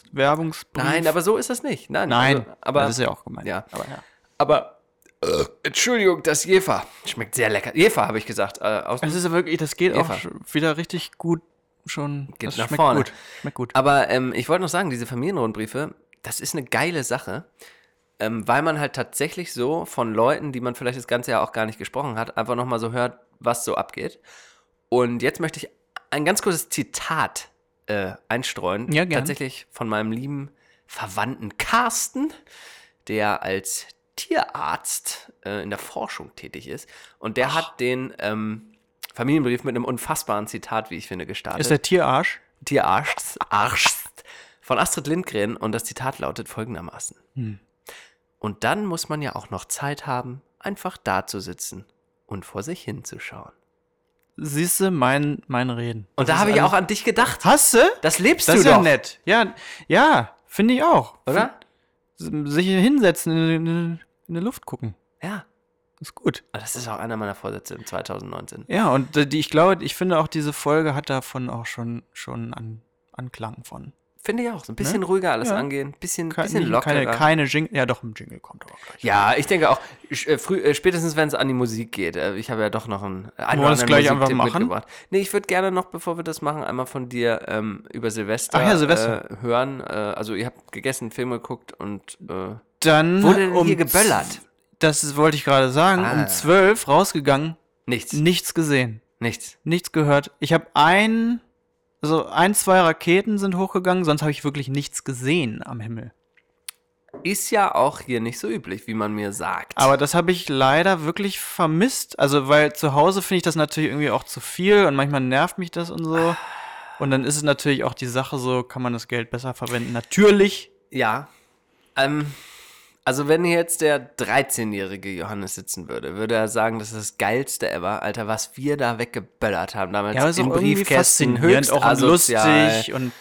[SPEAKER 2] Versicherungswerbungsbrief.
[SPEAKER 3] Nein, aber so ist das nicht. Nein,
[SPEAKER 2] Nein,
[SPEAKER 3] also, aber
[SPEAKER 2] das ist ja auch gemeint.
[SPEAKER 3] Ja.
[SPEAKER 2] Aber, ja.
[SPEAKER 3] Aber äh, Entschuldigung, das Jefa schmeckt sehr lecker. Jefa habe ich gesagt. Äh, aus
[SPEAKER 2] Es ist ja wirklich, das geht
[SPEAKER 3] Eva.
[SPEAKER 2] auch schon wieder richtig gut schon.
[SPEAKER 3] Geht
[SPEAKER 2] das
[SPEAKER 3] nach
[SPEAKER 2] schmeckt
[SPEAKER 3] vorne.
[SPEAKER 2] gut. Schmeckt gut.
[SPEAKER 3] Aber ähm, ich wollte noch sagen, diese Familienrundbriefe, das ist eine geile Sache, ähm, weil man halt tatsächlich so von Leuten, die man vielleicht das ganze Jahr auch gar nicht gesprochen hat, einfach nochmal so hört, was so abgeht. Und jetzt möchte ich ein ganz kurzes Zitat äh, einstreuen.
[SPEAKER 2] Ja, gern.
[SPEAKER 3] Tatsächlich von meinem lieben Verwandten Carsten, der als Tierarzt äh, in der Forschung tätig ist. Und der hat den ähm, Familienbrief mit einem unfassbaren Zitat, wie ich finde, gestartet.
[SPEAKER 2] ist der Tierarsch?
[SPEAKER 3] Tierarschst, Arschst von Astrid Lindgren und das Zitat lautet folgendermaßen. Und dann muss man ja auch noch Zeit haben, einfach da zu sitzen und vor sich hinzuschauen.
[SPEAKER 2] Siehst du mein, mein Reden.
[SPEAKER 3] Und da habe ich auch an dich gedacht.
[SPEAKER 2] Hast du?
[SPEAKER 3] Das lebst
[SPEAKER 2] Das
[SPEAKER 3] du
[SPEAKER 2] ist ja
[SPEAKER 3] doch,
[SPEAKER 2] nett. Ja, ja finde ich auch.
[SPEAKER 3] oder?
[SPEAKER 2] Sich hinsetzen, in, in, in die Luft gucken.
[SPEAKER 3] Ja.
[SPEAKER 2] Ist gut.
[SPEAKER 3] Aber Das ist auch einer meiner Vorsätze im 2019.
[SPEAKER 2] Ja, und äh, die, ich glaube, ich finde auch, diese Folge hat davon auch schon, schon an, Anklang von.
[SPEAKER 3] Finde ich auch. So ein bisschen ruhiger alles
[SPEAKER 2] Ne? Ja.
[SPEAKER 3] angehen, bisschen,
[SPEAKER 2] Kein-
[SPEAKER 3] bisschen lockerer.
[SPEAKER 2] Keine, keine Jingle. Ja, doch, ein Jingle kommt aber gleich.
[SPEAKER 3] ja, ich denke auch, sch- äh, früh, äh, spätestens wenn es an die Musik geht. äh, Ich habe ja doch noch einen. einen
[SPEAKER 2] wir
[SPEAKER 3] oder
[SPEAKER 2] das
[SPEAKER 3] anderen
[SPEAKER 2] gleich einfach
[SPEAKER 3] Musiktipp
[SPEAKER 2] machen?
[SPEAKER 3] mitgebracht. Nee, ich würde gerne noch, bevor wir das machen, einmal von dir ähm, über Silvester,
[SPEAKER 2] Ach ja, Silvester.
[SPEAKER 3] Äh, hören. Äh, also ihr habt gegessen, Filme geguckt und äh,
[SPEAKER 2] Dann um
[SPEAKER 3] wurde denn
[SPEAKER 2] z-
[SPEAKER 3] hier geböllert?
[SPEAKER 2] Das ist- wollte ich gerade sagen.
[SPEAKER 3] Ah.
[SPEAKER 2] Um zwölf rausgegangen,
[SPEAKER 3] Nichts.
[SPEAKER 2] nichts gesehen,
[SPEAKER 3] Nichts.
[SPEAKER 2] nichts gehört. Ich habe ein, also ein, zwei Raketen sind hochgegangen, sonst habe ich wirklich nichts gesehen am Himmel.
[SPEAKER 3] Ist ja auch hier nicht so üblich, wie man mir sagt.
[SPEAKER 2] Aber das habe ich leider wirklich vermisst. Also, weil zu Hause finde ich das natürlich irgendwie auch zu viel und manchmal nervt mich das und so. Und dann ist es natürlich auch die Sache so, kann man das Geld besser verwenden? Natürlich.
[SPEAKER 3] Ja. Ähm, also wenn hier jetzt der 13-jährige Johannes sitzen würde, würde er sagen, das ist das geilste ever, Alter, was wir da weggeböllert haben damals
[SPEAKER 2] Ja, aber es ist
[SPEAKER 3] in
[SPEAKER 2] auch irgendwie
[SPEAKER 3] Briefkästen,
[SPEAKER 2] faszinierend,
[SPEAKER 3] höchst
[SPEAKER 2] auch und
[SPEAKER 3] asozial,
[SPEAKER 2] lustig und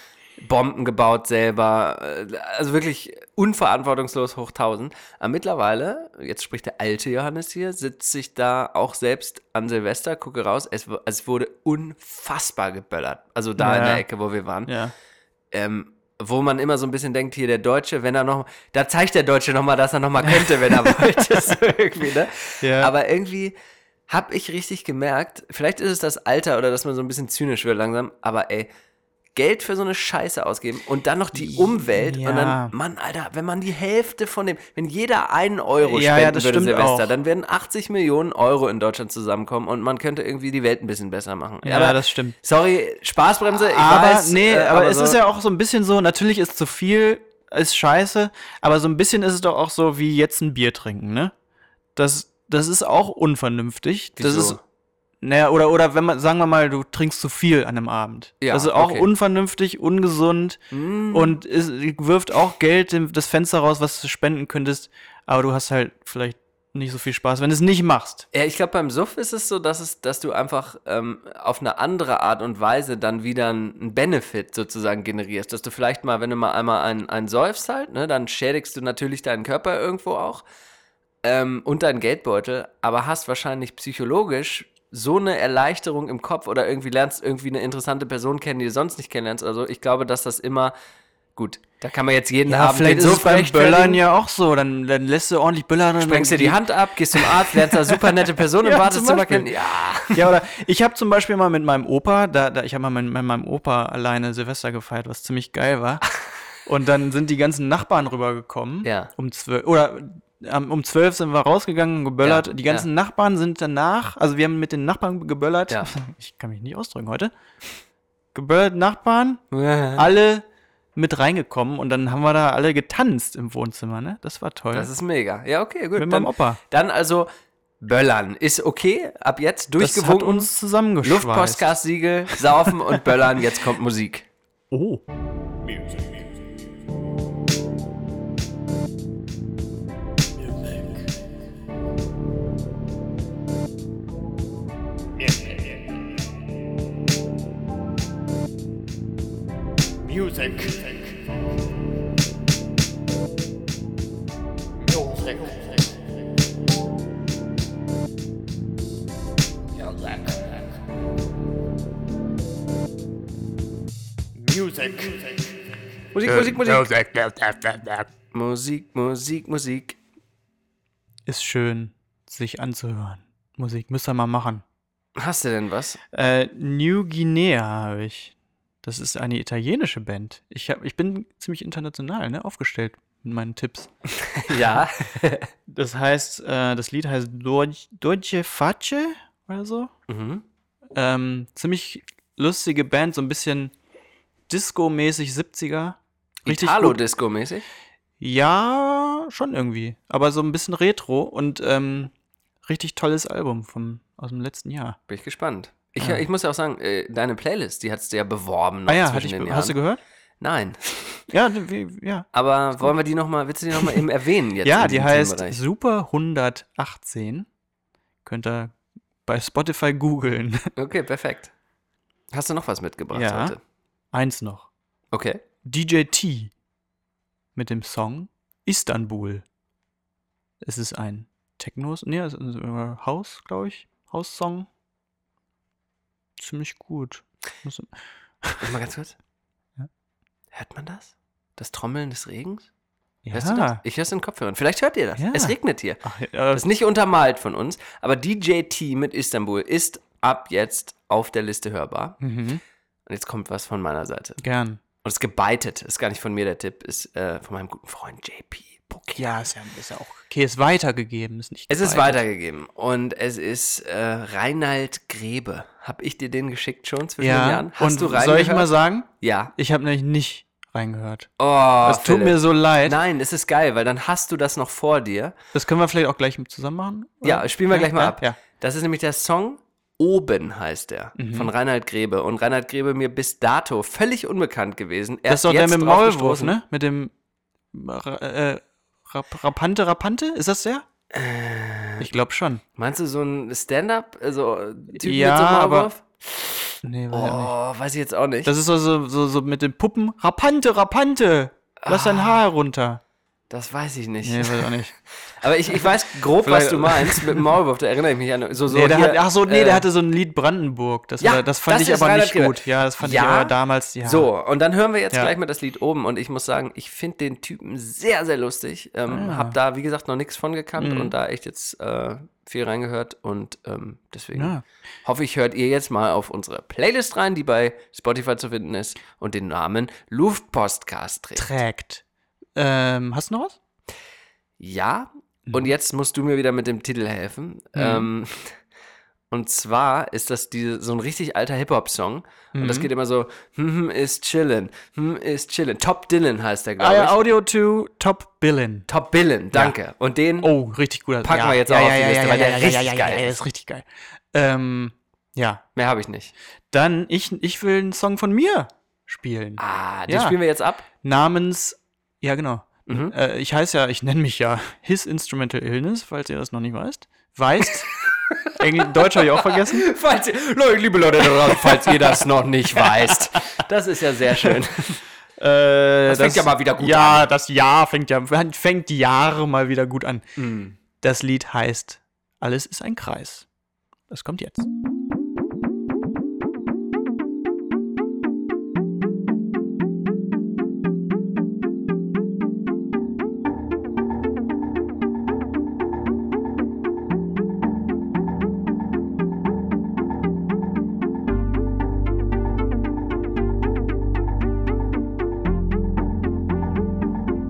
[SPEAKER 3] Bomben gebaut selber, äh, also wirklich unverantwortungslos hoch 1000. Aber mittlerweile, jetzt spricht der alte Johannes hier, sitze ich da auch selbst an Silvester, gucke raus, es, w- es wurde unfassbar geböllert. Also da in
[SPEAKER 2] Ja.
[SPEAKER 3] der Ecke, wo wir waren
[SPEAKER 2] ja.
[SPEAKER 3] ähm, wo man immer so ein bisschen denkt, hier der Deutsche, wenn er noch, da zeigt der Deutsche nochmal, dass er nochmal könnte, wenn er wollte, so irgendwie, ne?
[SPEAKER 2] Ja.
[SPEAKER 3] Aber irgendwie habe ich richtig gemerkt, vielleicht ist es das Alter oder dass man so ein bisschen zynisch wird langsam, aber ey, Geld für so eine Scheiße ausgeben und dann noch die Umwelt und
[SPEAKER 2] Ja.
[SPEAKER 3] dann, Mann, Alter, wenn man die Hälfte von dem, wenn jeder einen Euro
[SPEAKER 2] Ja, ja,
[SPEAKER 3] spenden
[SPEAKER 2] das
[SPEAKER 3] würde,
[SPEAKER 2] stimmt
[SPEAKER 3] Silvester,
[SPEAKER 2] auch.
[SPEAKER 3] dann werden 80 Millionen Euro in Deutschland zusammenkommen und man könnte irgendwie die Welt ein bisschen besser machen.
[SPEAKER 2] Ja, das stimmt.
[SPEAKER 3] Sorry, Spaßbremse, also ich
[SPEAKER 2] aber
[SPEAKER 3] weiß.
[SPEAKER 2] nee,
[SPEAKER 3] äh,
[SPEAKER 2] aber, es
[SPEAKER 3] so-
[SPEAKER 2] ist ja auch so ein bisschen so, natürlich ist zu viel, ist scheiße, aber so ein bisschen ist es doch auch so wie jetzt ein Bier trinken, ne? Das, das ist auch unvernünftig. Das
[SPEAKER 3] Wieso?
[SPEAKER 2] ist. Naja, oder, oder wenn man, sagen wir mal, du trinkst zu viel an einem Abend.
[SPEAKER 3] Ja,
[SPEAKER 2] das ist auch
[SPEAKER 3] okay.
[SPEAKER 2] unvernünftig, ungesund
[SPEAKER 3] Hm.
[SPEAKER 2] und es wirft auch Geld dem- das Fenster raus, was du spenden könntest, aber du hast halt vielleicht nicht so viel Spaß, wenn du es nicht machst.
[SPEAKER 3] Ja, ich glaube, beim Suff ist es so, dass, es, dass du einfach ähm, auf eine andere Art und Weise dann wieder einen Benefit sozusagen generierst. Dass du vielleicht mal, wenn du mal einmal einen, einen säufst halt, ne, dann schädigst du natürlich deinen Körper irgendwo auch ähm, und deinen Geldbeutel, aber hast wahrscheinlich psychologisch so eine Erleichterung im Kopf oder irgendwie lernst irgendwie eine interessante Person kennen, die du sonst nicht kennenlernst oder so. Ich glaube, dass das immer, gut, da kann man jetzt jeden Abend den Suff rechtfertigen.
[SPEAKER 2] Böllern ja auch so. Dann, dann lässt du ordentlich Böllern und
[SPEAKER 3] Sprengst dir die Hand ab, gehst zum Arzt, lernst da super nette Person und
[SPEAKER 2] Ja,
[SPEAKER 3] wartest
[SPEAKER 2] zum
[SPEAKER 3] zum
[SPEAKER 2] Beispiel.
[SPEAKER 3] Beispiel. Ja.
[SPEAKER 2] Ja, oder ich habe zum Beispiel mal mit meinem Opa, da, da ich habe mal mit, mit meinem Opa alleine Silvester gefeiert, was ziemlich geil war. Und dann sind die ganzen Nachbarn rübergekommen.
[SPEAKER 3] Ja.
[SPEAKER 2] Um zwölf, oder ähm, um zwölf sind wir rausgegangen, geböllert.
[SPEAKER 3] Ja,
[SPEAKER 2] die ganzen Nachbarn sind danach, also wir haben mit den Nachbarn geböllert.
[SPEAKER 3] Ja.
[SPEAKER 2] Ich kann mich nicht ausdrücken heute. Geböllert Nachbarn,
[SPEAKER 3] Ah,
[SPEAKER 2] alle mit reingekommen und dann haben wir da alle getanzt im Wohnzimmer, ne? Das war toll.
[SPEAKER 3] Das ist mega. Ja, okay, gut.
[SPEAKER 2] mit
[SPEAKER 3] dann,
[SPEAKER 2] meinem Opa.
[SPEAKER 3] dann also Böllern ist okay, ab jetzt durchgewunken.
[SPEAKER 2] uns zusammengeschweißt.
[SPEAKER 3] Luftpostcast-Siegel, Saufen und Böllern, jetzt kommt Musik.
[SPEAKER 2] Oh.
[SPEAKER 4] Music. Music. Music.
[SPEAKER 3] Musik, Musik, Musik. Musik, Musik, Musik.
[SPEAKER 2] Ist schön, sich anzuhören. Musik müsst ihr mal machen.
[SPEAKER 3] Hast du denn was?
[SPEAKER 2] Äh, New Guinea habe ich. Das ist eine italienische Band. Ich, hab, ich bin ziemlich international ne, aufgestellt mit meinen Tipps.
[SPEAKER 3] Ja.
[SPEAKER 2] Das heißt, äh, das Lied heißt Dol- Dolce Face oder so.
[SPEAKER 3] Mhm.
[SPEAKER 2] Ähm, ziemlich lustige Band, so ein bisschen Disco-mäßig 70er. Richtig gut.
[SPEAKER 3] Italo-Disco-mäßig?
[SPEAKER 2] Ja, schon irgendwie. Aber so ein bisschen Retro und ähm, richtig tolles Album vom, aus dem letzten Jahr.
[SPEAKER 3] Bin ich gespannt. Ich,
[SPEAKER 2] Ja.
[SPEAKER 3] ich muss ja auch sagen, äh, deine Playlist, die hat's dir ja beworben noch
[SPEAKER 2] Ah ja, hatte
[SPEAKER 3] zwischen
[SPEAKER 2] ich,
[SPEAKER 3] den
[SPEAKER 2] be-
[SPEAKER 3] Jahren.
[SPEAKER 2] hast du gehört?
[SPEAKER 3] Nein.
[SPEAKER 2] Ja, ne, wie, ja.
[SPEAKER 3] Aber wollen wir die nochmal, willst du die nochmal eben erwähnen jetzt?
[SPEAKER 2] ja,
[SPEAKER 3] in
[SPEAKER 2] die
[SPEAKER 3] diesem
[SPEAKER 2] heißt
[SPEAKER 3] Themenbereich?
[SPEAKER 2] Super 118. Könnt ihr bei Spotify googeln.
[SPEAKER 3] Okay, perfekt. Hast du noch was mitgebracht
[SPEAKER 2] Ja.
[SPEAKER 3] heute?
[SPEAKER 2] Eins noch.
[SPEAKER 3] Okay.
[SPEAKER 2] DJ T mit dem Song Istanbul. Es ist ein Techno, nee, es ist ein House, glaube ich. House-Song. Ziemlich gut. Muss,
[SPEAKER 3] Warte Mal ganz kurz.
[SPEAKER 2] Ja.
[SPEAKER 3] Hört man das? Das Trommeln des Regens?
[SPEAKER 2] ja.
[SPEAKER 3] Hörst du das? Ich höre es in den Kopfhörern. Vielleicht hört ihr das.
[SPEAKER 2] Ja.
[SPEAKER 3] Es regnet hier.
[SPEAKER 2] Ach,
[SPEAKER 3] Das ist nicht untermalt von uns, aber DJT mit Istanbul ist ab jetzt auf der Liste hörbar.
[SPEAKER 2] mhm.
[SPEAKER 3] Und jetzt kommt was von meiner Seite.
[SPEAKER 2] Gern.
[SPEAKER 3] Und es ist gebeitet. Ist gar nicht von mir der Tipp, ist äh, von meinem guten Freund JP. Bukier.
[SPEAKER 2] Ja, ist ja, ist ja auch okay. Ist weitergegeben, ist nicht.
[SPEAKER 3] Es ist
[SPEAKER 2] geweitet.
[SPEAKER 3] weitergegeben und es ist äh, Reinhard Grebe. Hab ich dir den geschickt schon zwischen den
[SPEAKER 2] Ja.
[SPEAKER 3] Jahren? Hast
[SPEAKER 2] Und
[SPEAKER 3] du reingehört?
[SPEAKER 2] soll ich mal sagen?
[SPEAKER 3] Ja.
[SPEAKER 2] Ich habe nämlich nicht reingehört.
[SPEAKER 3] Oh,
[SPEAKER 2] Das tut
[SPEAKER 3] Philipp.
[SPEAKER 2] mir so leid.
[SPEAKER 3] Nein, es ist geil, weil dann hast du das noch vor dir.
[SPEAKER 2] Das können wir vielleicht auch gleich mit zusammen machen. oder?
[SPEAKER 3] Ja, spielen wir gleich mal
[SPEAKER 2] ja,
[SPEAKER 3] ab.
[SPEAKER 2] Ja. Mhm.
[SPEAKER 3] Das ist nämlich der Song Oben heißt der von Reinhard Grebe und Reinhard Grebe mir bis dato völlig unbekannt gewesen.
[SPEAKER 2] Das ist doch der
[SPEAKER 3] jetzt
[SPEAKER 2] mit dem
[SPEAKER 3] drauf
[SPEAKER 2] Maulwurf,
[SPEAKER 3] gestoßen.
[SPEAKER 2] ne? Mit dem äh, äh, Rap Rapante, Rapante? Ist das der?
[SPEAKER 3] Äh.
[SPEAKER 2] Ich glaube schon.
[SPEAKER 3] Meinst du so ein Stand-up, also Typ
[SPEAKER 2] Ja,
[SPEAKER 3] mit so einem
[SPEAKER 2] aber-
[SPEAKER 3] Maulwurf?
[SPEAKER 2] Nee, weiß ich nicht.
[SPEAKER 3] Oh, weiß ich jetzt auch nicht. Das,
[SPEAKER 2] Das ist so, so, so, so mit den Puppen. Rapante, Rapante! Lass
[SPEAKER 3] Ah.
[SPEAKER 2] dein Haar herunter.
[SPEAKER 3] weiß ich nicht.
[SPEAKER 2] Nee, weiß ich auch nicht.
[SPEAKER 3] Aber ich, ich weiß grob, was
[SPEAKER 2] Vielleicht-
[SPEAKER 3] du meinst mit dem Maulwurf. Da erinnere ich mich an. So, so
[SPEAKER 2] nee, der
[SPEAKER 3] hier,
[SPEAKER 2] hat, ach so, nee,
[SPEAKER 3] äh,
[SPEAKER 2] der hatte so ein Lied Brandenburg. Das,
[SPEAKER 3] Ja,
[SPEAKER 2] war, das fand
[SPEAKER 3] das
[SPEAKER 2] ich
[SPEAKER 3] ist
[SPEAKER 2] aber
[SPEAKER 3] Reinhard
[SPEAKER 2] nicht
[SPEAKER 3] Grebe.
[SPEAKER 2] gut. Ja, das fand
[SPEAKER 3] Ja?
[SPEAKER 2] ich aber damals, ja.
[SPEAKER 3] So, und dann hören wir jetzt
[SPEAKER 2] Ja.
[SPEAKER 3] gleich mal das Lied oben. Und ich muss sagen, ich finde den Typen sehr, sehr lustig. Ähm,
[SPEAKER 2] Ah.
[SPEAKER 3] Hab da, wie gesagt, noch nichts von gekannt
[SPEAKER 2] Mhm.
[SPEAKER 3] und da echt jetzt äh, viel reingehört. Und ähm, deswegen
[SPEAKER 2] Ja.
[SPEAKER 3] hoffe ich, hört ihr jetzt mal auf unsere Playlist rein, die bei Spotify zu finden ist und den Namen Luftpostcast trägt.
[SPEAKER 2] Trägt. Ähm, hast du noch was?
[SPEAKER 3] Ja, und jetzt musst du mir wieder mit dem Titel helfen. Ähm, und zwar ist das diese, so ein richtig alter Hip-Hop-Song. Und das geht immer so, hm, hm, ist chillin, hm, ist chillin. Top Dylan heißt der, glaube ich.
[SPEAKER 2] Ah, Audio to Top Billin.
[SPEAKER 3] Top Billen, danke. Und den
[SPEAKER 2] Oh, richtig guter.
[SPEAKER 3] Packen wir jetzt auch auf die Liste, weil der richtig geil
[SPEAKER 2] der ist richtig geil. Ähm, ja,
[SPEAKER 3] mehr habe ich nicht.
[SPEAKER 2] dann ich, ich will einen Song von mir spielen.
[SPEAKER 3] Ah, den
[SPEAKER 2] Ja.
[SPEAKER 3] spielen wir jetzt ab.
[SPEAKER 2] Namens, ja genau.
[SPEAKER 3] Mhm.
[SPEAKER 2] Äh, ich heiße ja, ich nenne mich ja His Instrumental Illness, falls ihr das noch nicht weißt. Weißt. Engl Deutsch habe ich auch vergessen.
[SPEAKER 3] Falls ihr, Leute, liebe Leute, da draußen, falls ihr das noch nicht weißt. Das ist ja sehr schön.
[SPEAKER 2] Äh,
[SPEAKER 3] Das fängt ja mal wieder gut
[SPEAKER 2] ja, das Jahr fängt ja, fängt die Jahre mal wieder gut an. Das Lied heißt Alles ist ein Kreis. Das kommt jetzt.
[SPEAKER 5] Thank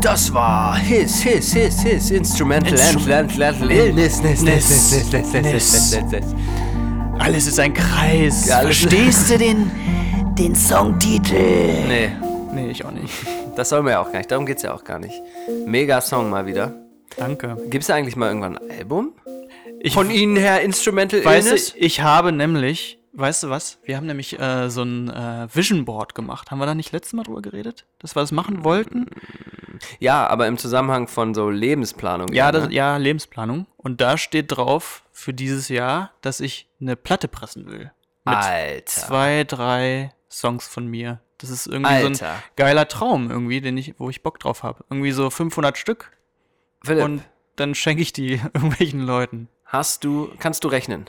[SPEAKER 3] das war His, His, His, His Instrumental
[SPEAKER 2] Instru-
[SPEAKER 3] Instrumental Illness. Nis, nis, nis, nis, nis, nis, nis, nis, nis, nis.
[SPEAKER 2] Alles ist ein Kreis.
[SPEAKER 3] Ja, alles-
[SPEAKER 2] Verstehst du den?
[SPEAKER 1] Den Songtitel.
[SPEAKER 3] Nee,
[SPEAKER 2] Nee, ich auch nicht.
[SPEAKER 3] das sollen wir ja auch gar nicht. Darum geht's ja auch gar nicht. Mega Song mal wieder.
[SPEAKER 2] Danke.
[SPEAKER 3] Gibt's da eigentlich mal irgendwann ein Album?
[SPEAKER 2] Ich
[SPEAKER 3] Von Ihnen her Instrumental Illness?
[SPEAKER 2] weiß, ich habe nämlich, weißt du was? Wir haben nämlich äh, so ein äh, Vision Board gemacht. Haben wir da nicht letztes Mal drüber geredet, dass wir das machen wollten?
[SPEAKER 3] Ja, aber im Zusammenhang von so Lebensplanung.
[SPEAKER 2] Ja,
[SPEAKER 3] eher,
[SPEAKER 2] das,
[SPEAKER 3] ne?
[SPEAKER 2] ja, Lebensplanung. Und da steht drauf für dieses Jahr, dass ich eine Platte pressen will. Mit
[SPEAKER 3] Alter.
[SPEAKER 2] zwei, drei Songs von mir. Das ist irgendwie so ein
[SPEAKER 3] Alter.
[SPEAKER 2] geiler Traum irgendwie, den ich, wo ich Bock drauf habe. Irgendwie so 500 Stück
[SPEAKER 3] Philipp,
[SPEAKER 2] und dann schenke ich die irgendwelchen Leuten.
[SPEAKER 3] hast du, kannst du rechnen?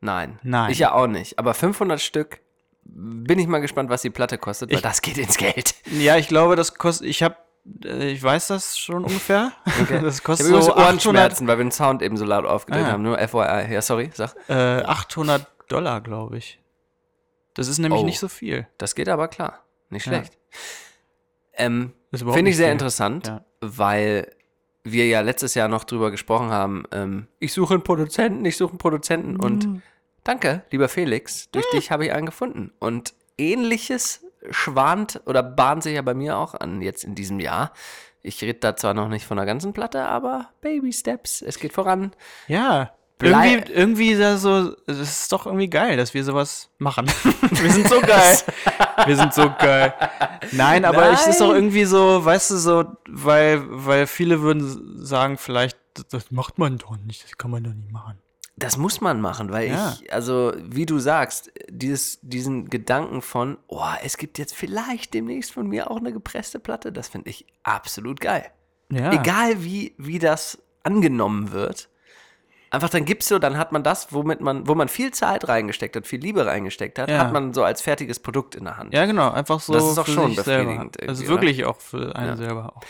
[SPEAKER 3] Nein.
[SPEAKER 2] Nein.
[SPEAKER 3] Ich ja auch nicht. Aber 500 Stück, bin ich mal gespannt, was die Platte kostet, weil
[SPEAKER 2] Ich-
[SPEAKER 3] das geht ins Geld.
[SPEAKER 2] Ja, ich glaube, das kostet, ich habe, ich weiß das schon ungefähr. Das
[SPEAKER 3] Ich
[SPEAKER 2] kostet
[SPEAKER 3] habe
[SPEAKER 2] so
[SPEAKER 3] so
[SPEAKER 2] 800,
[SPEAKER 3] Ohrenschmerzen, weil wir den Sound eben so laut aufgedreht
[SPEAKER 2] Ah.
[SPEAKER 3] haben. Nur FYI. Ja, sorry, sag.
[SPEAKER 2] äh, 800 Dollar, glaube ich. Das ist nämlich
[SPEAKER 3] Oh.
[SPEAKER 2] nicht so viel.
[SPEAKER 3] Das geht aber klar. Nicht
[SPEAKER 2] Ja.
[SPEAKER 3] schlecht. Ähm,
[SPEAKER 2] Das ist überhaupt
[SPEAKER 3] Finde ich
[SPEAKER 2] nicht
[SPEAKER 3] sehr
[SPEAKER 2] viel.
[SPEAKER 3] interessant,
[SPEAKER 2] Ja.
[SPEAKER 3] weil wir ja letztes Jahr noch drüber gesprochen haben, ähm, ich suche einen Produzenten, ich suche einen Produzenten
[SPEAKER 2] Mm.
[SPEAKER 3] und danke, lieber Felix, durch dich habe ich einen gefunden. Und ähnliches schwant oder bahnt sich ja bei mir auch an jetzt in diesem Jahr. Ich rede da zwar noch nicht von der ganzen Platte, aber Baby Steps, es geht voran.
[SPEAKER 2] Ja.
[SPEAKER 3] Blei-
[SPEAKER 2] Irgendwie, irgendwie da so, das ist doch irgendwie geil, dass wir sowas machen. wir sind so geil. wir sind so geil. Nein, aber es ist doch
[SPEAKER 3] Nein.
[SPEAKER 2] irgendwie so, weißt du, so, weil, weil viele würden sagen, vielleicht, das- das macht man doch nicht, das kann man doch nicht machen.
[SPEAKER 3] Das muss man machen, weil
[SPEAKER 2] Ja.
[SPEAKER 3] ich, also wie du sagst, dieses, diesen Gedanken von, oh, es gibt jetzt vielleicht demnächst von mir auch eine gepresste Platte, das finde ich absolut geil.
[SPEAKER 2] Ja.
[SPEAKER 3] Egal wie, wie das angenommen wird, einfach dann gibt's so, dann hat man das, womit man, wo man viel Zeit reingesteckt hat, viel Liebe reingesteckt hat,
[SPEAKER 2] Ja.
[SPEAKER 3] hat man so als fertiges Produkt in der Hand.
[SPEAKER 2] Ja, genau, einfach so.
[SPEAKER 3] Das ist doch
[SPEAKER 2] für
[SPEAKER 3] schon
[SPEAKER 2] sich selber.
[SPEAKER 3] befriedigend
[SPEAKER 2] Also
[SPEAKER 3] irgendwie,
[SPEAKER 2] wirklich auch für einen
[SPEAKER 3] Ja.
[SPEAKER 2] selber. Auch.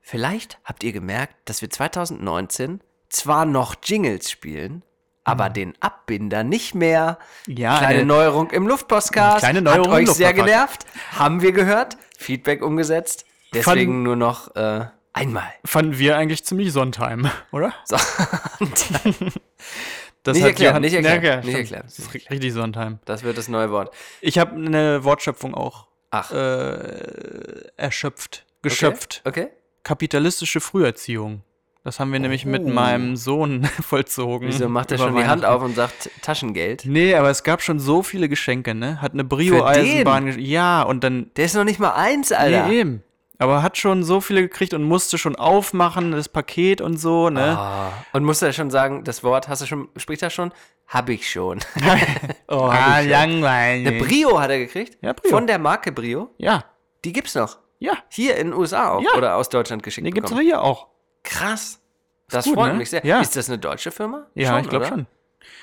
[SPEAKER 3] Vielleicht habt ihr gemerkt, dass wir 2019 zwar noch Jingles spielen,
[SPEAKER 2] Mhm.
[SPEAKER 3] aber den Abbinder nicht mehr.
[SPEAKER 2] Ja,
[SPEAKER 3] kleine
[SPEAKER 2] eine-
[SPEAKER 3] Neuerung im Luftpostcast.
[SPEAKER 2] Ah, äh, Kleine Neuerung
[SPEAKER 3] Hat euch
[SPEAKER 2] im
[SPEAKER 3] sehr
[SPEAKER 2] Luftpostcast.
[SPEAKER 3] genervt. Haben wir gehört. Feedback umgesetzt. Deswegen nur noch äh, einmal.
[SPEAKER 2] Fanden wir eigentlich ziemlich Sondheim, oder?
[SPEAKER 3] So.
[SPEAKER 2] Das
[SPEAKER 3] Nicht
[SPEAKER 2] hat-
[SPEAKER 3] erklärt,
[SPEAKER 2] hat-
[SPEAKER 3] nicht erklärt,
[SPEAKER 2] ja,
[SPEAKER 3] nicht
[SPEAKER 2] stimmt.
[SPEAKER 3] erklärt.
[SPEAKER 2] Das ist richtig Sondheim.
[SPEAKER 3] Das wird das neue Wort.
[SPEAKER 2] Ich habe eine Wortschöpfung auch.
[SPEAKER 3] Ach.
[SPEAKER 2] Äh, erschöpft. Geschöpft.
[SPEAKER 3] Okay. okay.
[SPEAKER 2] Kapitalistische Früherziehung. Das haben wir nämlich mit meinem Sohn vollzogen.
[SPEAKER 3] Oh. Wieso macht er
[SPEAKER 2] über
[SPEAKER 3] schon die Hand
[SPEAKER 2] Weihnachten.
[SPEAKER 3] auf und sagt Taschengeld?
[SPEAKER 2] Nee, aber es gab schon so viele Geschenke, ne? Hat eine Brio-Eisenbahn. gesch- Ja, und dann.
[SPEAKER 3] Der ist noch nicht mal eins, Alter.
[SPEAKER 2] Nee, eben. Aber hat schon so viele gekriegt und musste schon aufmachen, das Paket und so, ne?
[SPEAKER 3] Ah. Und musst du ja schon sagen, das Wort hast du schon, spricht er schon? Hab ich schon.
[SPEAKER 2] Oh,
[SPEAKER 3] hab ich schon.
[SPEAKER 2] langweilig.
[SPEAKER 3] Eine Brio hat er gekriegt.
[SPEAKER 2] Ja, Brio.
[SPEAKER 3] Von der Marke Brio.
[SPEAKER 2] ja,
[SPEAKER 3] Die gibt's noch.
[SPEAKER 2] ja.
[SPEAKER 3] Hier in den USA auch.
[SPEAKER 2] Ja.
[SPEAKER 3] Oder aus Deutschland geschickt.
[SPEAKER 2] Den gibt's
[SPEAKER 3] bekommen.
[SPEAKER 2] doch hier auch.
[SPEAKER 3] Krass. Das
[SPEAKER 2] gut,
[SPEAKER 3] freut
[SPEAKER 2] ne?
[SPEAKER 3] mich sehr.
[SPEAKER 2] Ja.
[SPEAKER 3] Ist das eine deutsche Firma?
[SPEAKER 2] Ja, ich glaube
[SPEAKER 3] oder?
[SPEAKER 2] schon.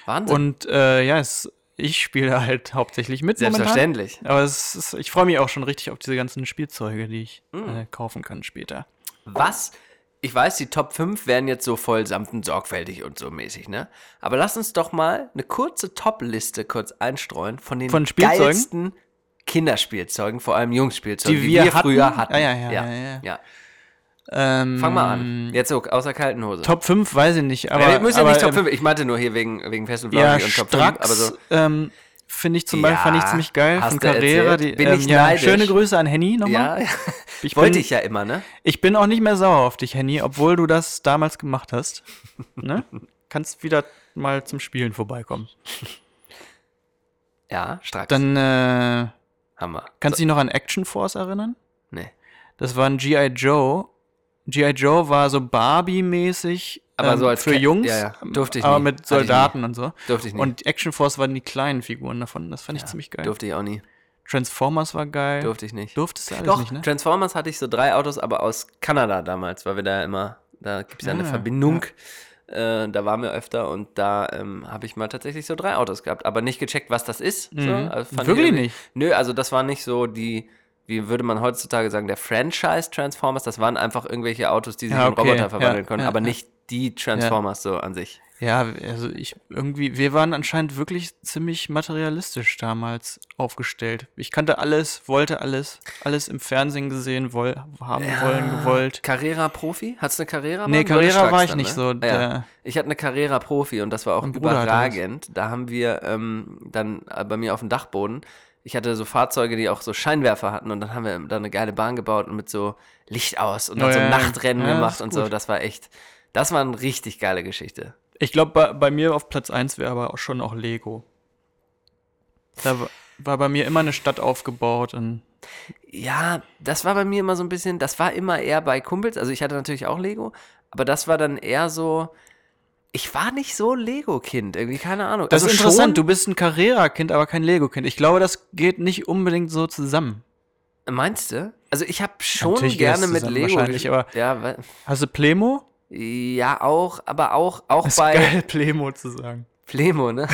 [SPEAKER 3] Wahnsinn.
[SPEAKER 2] Und äh, ja, es, ich spiele halt hauptsächlich mit. Momentan.
[SPEAKER 3] Selbstverständlich.
[SPEAKER 2] Aber es ist, ich freue mich auch schon richtig auf diese ganzen Spielzeuge, die ich
[SPEAKER 3] Mm.
[SPEAKER 2] äh, kaufen kann später.
[SPEAKER 3] Was? Ich weiß, die Top 5 wären jetzt so voll samt und sorgfältig und so mäßig, ne? Aber lass uns doch mal eine kurze Top-Liste kurz einstreuen von den
[SPEAKER 2] Von Spielzeugen?
[SPEAKER 3] geilsten Kinderspielzeugen, vor allem Jungsspielzeugen,
[SPEAKER 2] Die wir
[SPEAKER 3] früher
[SPEAKER 2] hatten?
[SPEAKER 3] hatten.
[SPEAKER 2] Ah, ja, ja, ja, ja. Ähm,
[SPEAKER 3] Fang mal an. Jetzt so, außer kalten Hose.
[SPEAKER 2] Top 5 weiß ich nicht, aber.
[SPEAKER 3] ja, wir müssen ja
[SPEAKER 2] aber,
[SPEAKER 3] nicht Top
[SPEAKER 2] ähm,
[SPEAKER 3] 5. Ich meinte nur hier wegen, wegen Fest und
[SPEAKER 2] Ja,
[SPEAKER 3] Blaulicht und Top 5.
[SPEAKER 2] Strax,
[SPEAKER 3] Aber so,
[SPEAKER 2] ähm, finde ich zum Beispiel, fand ich
[SPEAKER 3] Ja,
[SPEAKER 2] ziemlich geil
[SPEAKER 3] hast
[SPEAKER 2] von
[SPEAKER 3] du
[SPEAKER 2] Carrera.
[SPEAKER 3] erzählt.
[SPEAKER 2] Die,
[SPEAKER 3] Bin
[SPEAKER 2] ähm,
[SPEAKER 3] ich
[SPEAKER 2] ja,
[SPEAKER 3] neidisch.
[SPEAKER 2] schöne Grüße an Henny nochmal.
[SPEAKER 3] ja, ja.
[SPEAKER 2] Ich
[SPEAKER 3] Wollte
[SPEAKER 2] bin-
[SPEAKER 3] ich ja immer, ne?
[SPEAKER 2] Ich bin auch nicht mehr sauer auf dich, Henny, obwohl du das damals gemacht hast. ne? Kannst wieder mal zum Spielen vorbeikommen.
[SPEAKER 3] Ja, Strax.
[SPEAKER 2] Dann äh,
[SPEAKER 3] Hammer.
[SPEAKER 2] kannst du dich noch an Action Force erinnern?
[SPEAKER 3] Nee.
[SPEAKER 2] Das war ein G.I. Joe. G.I. Joe war so Barbie-mäßig. ähm,
[SPEAKER 3] Aber so als
[SPEAKER 2] für
[SPEAKER 3] Ke-
[SPEAKER 2] Jungs,
[SPEAKER 3] ja, ja. Durfte ich
[SPEAKER 2] aber
[SPEAKER 3] nie. Hatte
[SPEAKER 2] mit
[SPEAKER 3] ich nie.
[SPEAKER 2] Soldaten und so.
[SPEAKER 3] Durfte ich nie.
[SPEAKER 2] Und Action Force waren die kleinen Figuren davon. Das fand ich ziemlich geil.
[SPEAKER 3] Durfte ich auch nie.
[SPEAKER 2] Transformers war geil.
[SPEAKER 3] Durfte ich nicht.
[SPEAKER 2] Durftest du alles
[SPEAKER 3] Doch,
[SPEAKER 2] nicht, ne?
[SPEAKER 3] Transformers hatte ich so drei Autos, aber aus Kanada damals, weil wir da immer, da gibt es ja eine
[SPEAKER 2] Ah,
[SPEAKER 3] Verbindung. Äh, da waren wir öfter und da ähm, habe ich mal tatsächlich so drei Autos gehabt, aber nicht gecheckt, was das ist. So,
[SPEAKER 2] Mhm.
[SPEAKER 3] also fand
[SPEAKER 2] Wirklich
[SPEAKER 3] irgendwie-
[SPEAKER 2] nicht?
[SPEAKER 3] Nö, also das war nicht so die, wie würde man heutzutage sagen, der Franchise Transformers. Das waren einfach irgendwelche Autos, die sich
[SPEAKER 2] Ja,
[SPEAKER 3] in
[SPEAKER 2] okay,
[SPEAKER 3] Roboter verwandeln
[SPEAKER 2] ja,
[SPEAKER 3] konnten,
[SPEAKER 2] ja,
[SPEAKER 3] aber
[SPEAKER 2] ja.
[SPEAKER 3] nicht die Transformers so an sich.
[SPEAKER 2] Ja, also ich irgendwie, wir waren anscheinend wirklich ziemlich materialistisch damals aufgestellt. Ich kannte alles, wollte alles, alles im Fernsehen gesehen, woll, haben wollen, gewollt.
[SPEAKER 3] Carrera-Profi? Hattest du eine Carrera?
[SPEAKER 2] Nee,
[SPEAKER 3] Mann? Du hattest
[SPEAKER 2] Carrera war
[SPEAKER 3] Schwachs
[SPEAKER 2] ich
[SPEAKER 3] dann,
[SPEAKER 2] nicht so
[SPEAKER 3] Ah, Ja.
[SPEAKER 2] der-
[SPEAKER 3] Ich hatte eine Carrera-Profi und das war auch
[SPEAKER 2] Mein Bruder hatte
[SPEAKER 3] überragend. Da haben wir ähm, dann äh, bei mir auf dem Dachboden, ich hatte so Fahrzeuge, die auch so Scheinwerfer hatten und dann haben wir da eine geile Bahn gebaut und mit so Licht aus und dann
[SPEAKER 2] Oh,
[SPEAKER 3] so
[SPEAKER 2] ja, ja.
[SPEAKER 3] Nachtrennen
[SPEAKER 2] Ja, das
[SPEAKER 3] gemacht
[SPEAKER 2] ist
[SPEAKER 3] und so.
[SPEAKER 2] gut.
[SPEAKER 3] Das war echt, das war eine richtig geile Geschichte.
[SPEAKER 2] Ich glaube, bei, bei mir auf Platz 1 wäre aber auch schon auch Lego. Da wa- war bei mir immer eine Stadt aufgebaut und
[SPEAKER 3] Ja, das war bei mir immer so ein bisschen, das war immer eher bei Kumpels, also ich hatte natürlich auch Lego, aber das war dann eher so, ich war nicht so ein Lego-Kind, irgendwie, keine Ahnung.
[SPEAKER 2] Das
[SPEAKER 3] Also
[SPEAKER 2] ist interessant,
[SPEAKER 3] schon-
[SPEAKER 2] du bist ein Carrera-Kind, aber kein Lego-Kind. Ich glaube, das geht nicht unbedingt so zusammen.
[SPEAKER 3] Meinst du? Also ich habe schon
[SPEAKER 2] Natürlich geht das
[SPEAKER 3] gerne mit
[SPEAKER 2] zusammen
[SPEAKER 3] Lego.
[SPEAKER 2] wahrscheinlich,
[SPEAKER 3] gespielt.
[SPEAKER 2] aber-
[SPEAKER 3] ja, wa-
[SPEAKER 2] Hast du Plemo?
[SPEAKER 3] ja, auch, aber auch, auch
[SPEAKER 2] Ist
[SPEAKER 3] bei
[SPEAKER 2] geil, Plemo zu sagen.
[SPEAKER 3] Plemo, ne?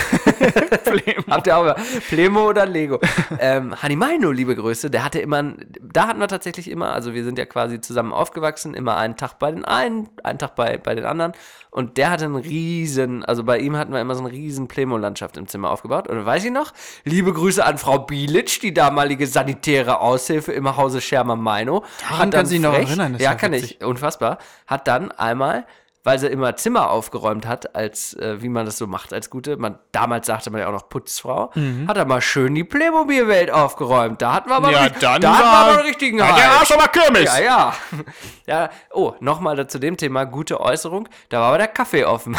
[SPEAKER 3] Habt ihr auch mal. Plemo oder Lego? ähm, Hanni Maino, liebe Grüße, der hatte immer, ein- da hatten wir tatsächlich immer, also wir sind ja quasi zusammen aufgewachsen, immer einen Tag bei den einen, einen Tag bei, bei den anderen. Und der hatte einen riesen, also bei ihm hatten wir immer so eine riesen Plemo-Landschaft im Zimmer aufgebaut. Und weiß ich noch, liebe Grüße an Frau Bielitsch, die damalige sanitäre Aushilfe im Hause Schermer Maino. Hat dann
[SPEAKER 2] kann sie noch
[SPEAKER 3] frech-
[SPEAKER 2] erinnern, das
[SPEAKER 3] Ja,
[SPEAKER 2] war
[SPEAKER 3] kann
[SPEAKER 2] witzig.
[SPEAKER 3] ich unfassbar, hat dann einmal, weil sie immer Zimmer aufgeräumt hat, als äh, wie man das so macht als gute, man damals sagte man ja auch noch Putzfrau, hat er mal schön die Playmobil-Welt aufgeräumt. Da hatten wir aber,
[SPEAKER 2] Mhm. Ja,
[SPEAKER 3] richtig-
[SPEAKER 2] dann
[SPEAKER 3] da hatten wir
[SPEAKER 2] war-
[SPEAKER 3] aber einen richtigen
[SPEAKER 2] hat der
[SPEAKER 3] Hype.
[SPEAKER 2] Arsch aber Kirmes.
[SPEAKER 3] Ja, ja. ja oh, nochmal zu dem Thema gute Äußerung. Da war aber der Kaffee offen.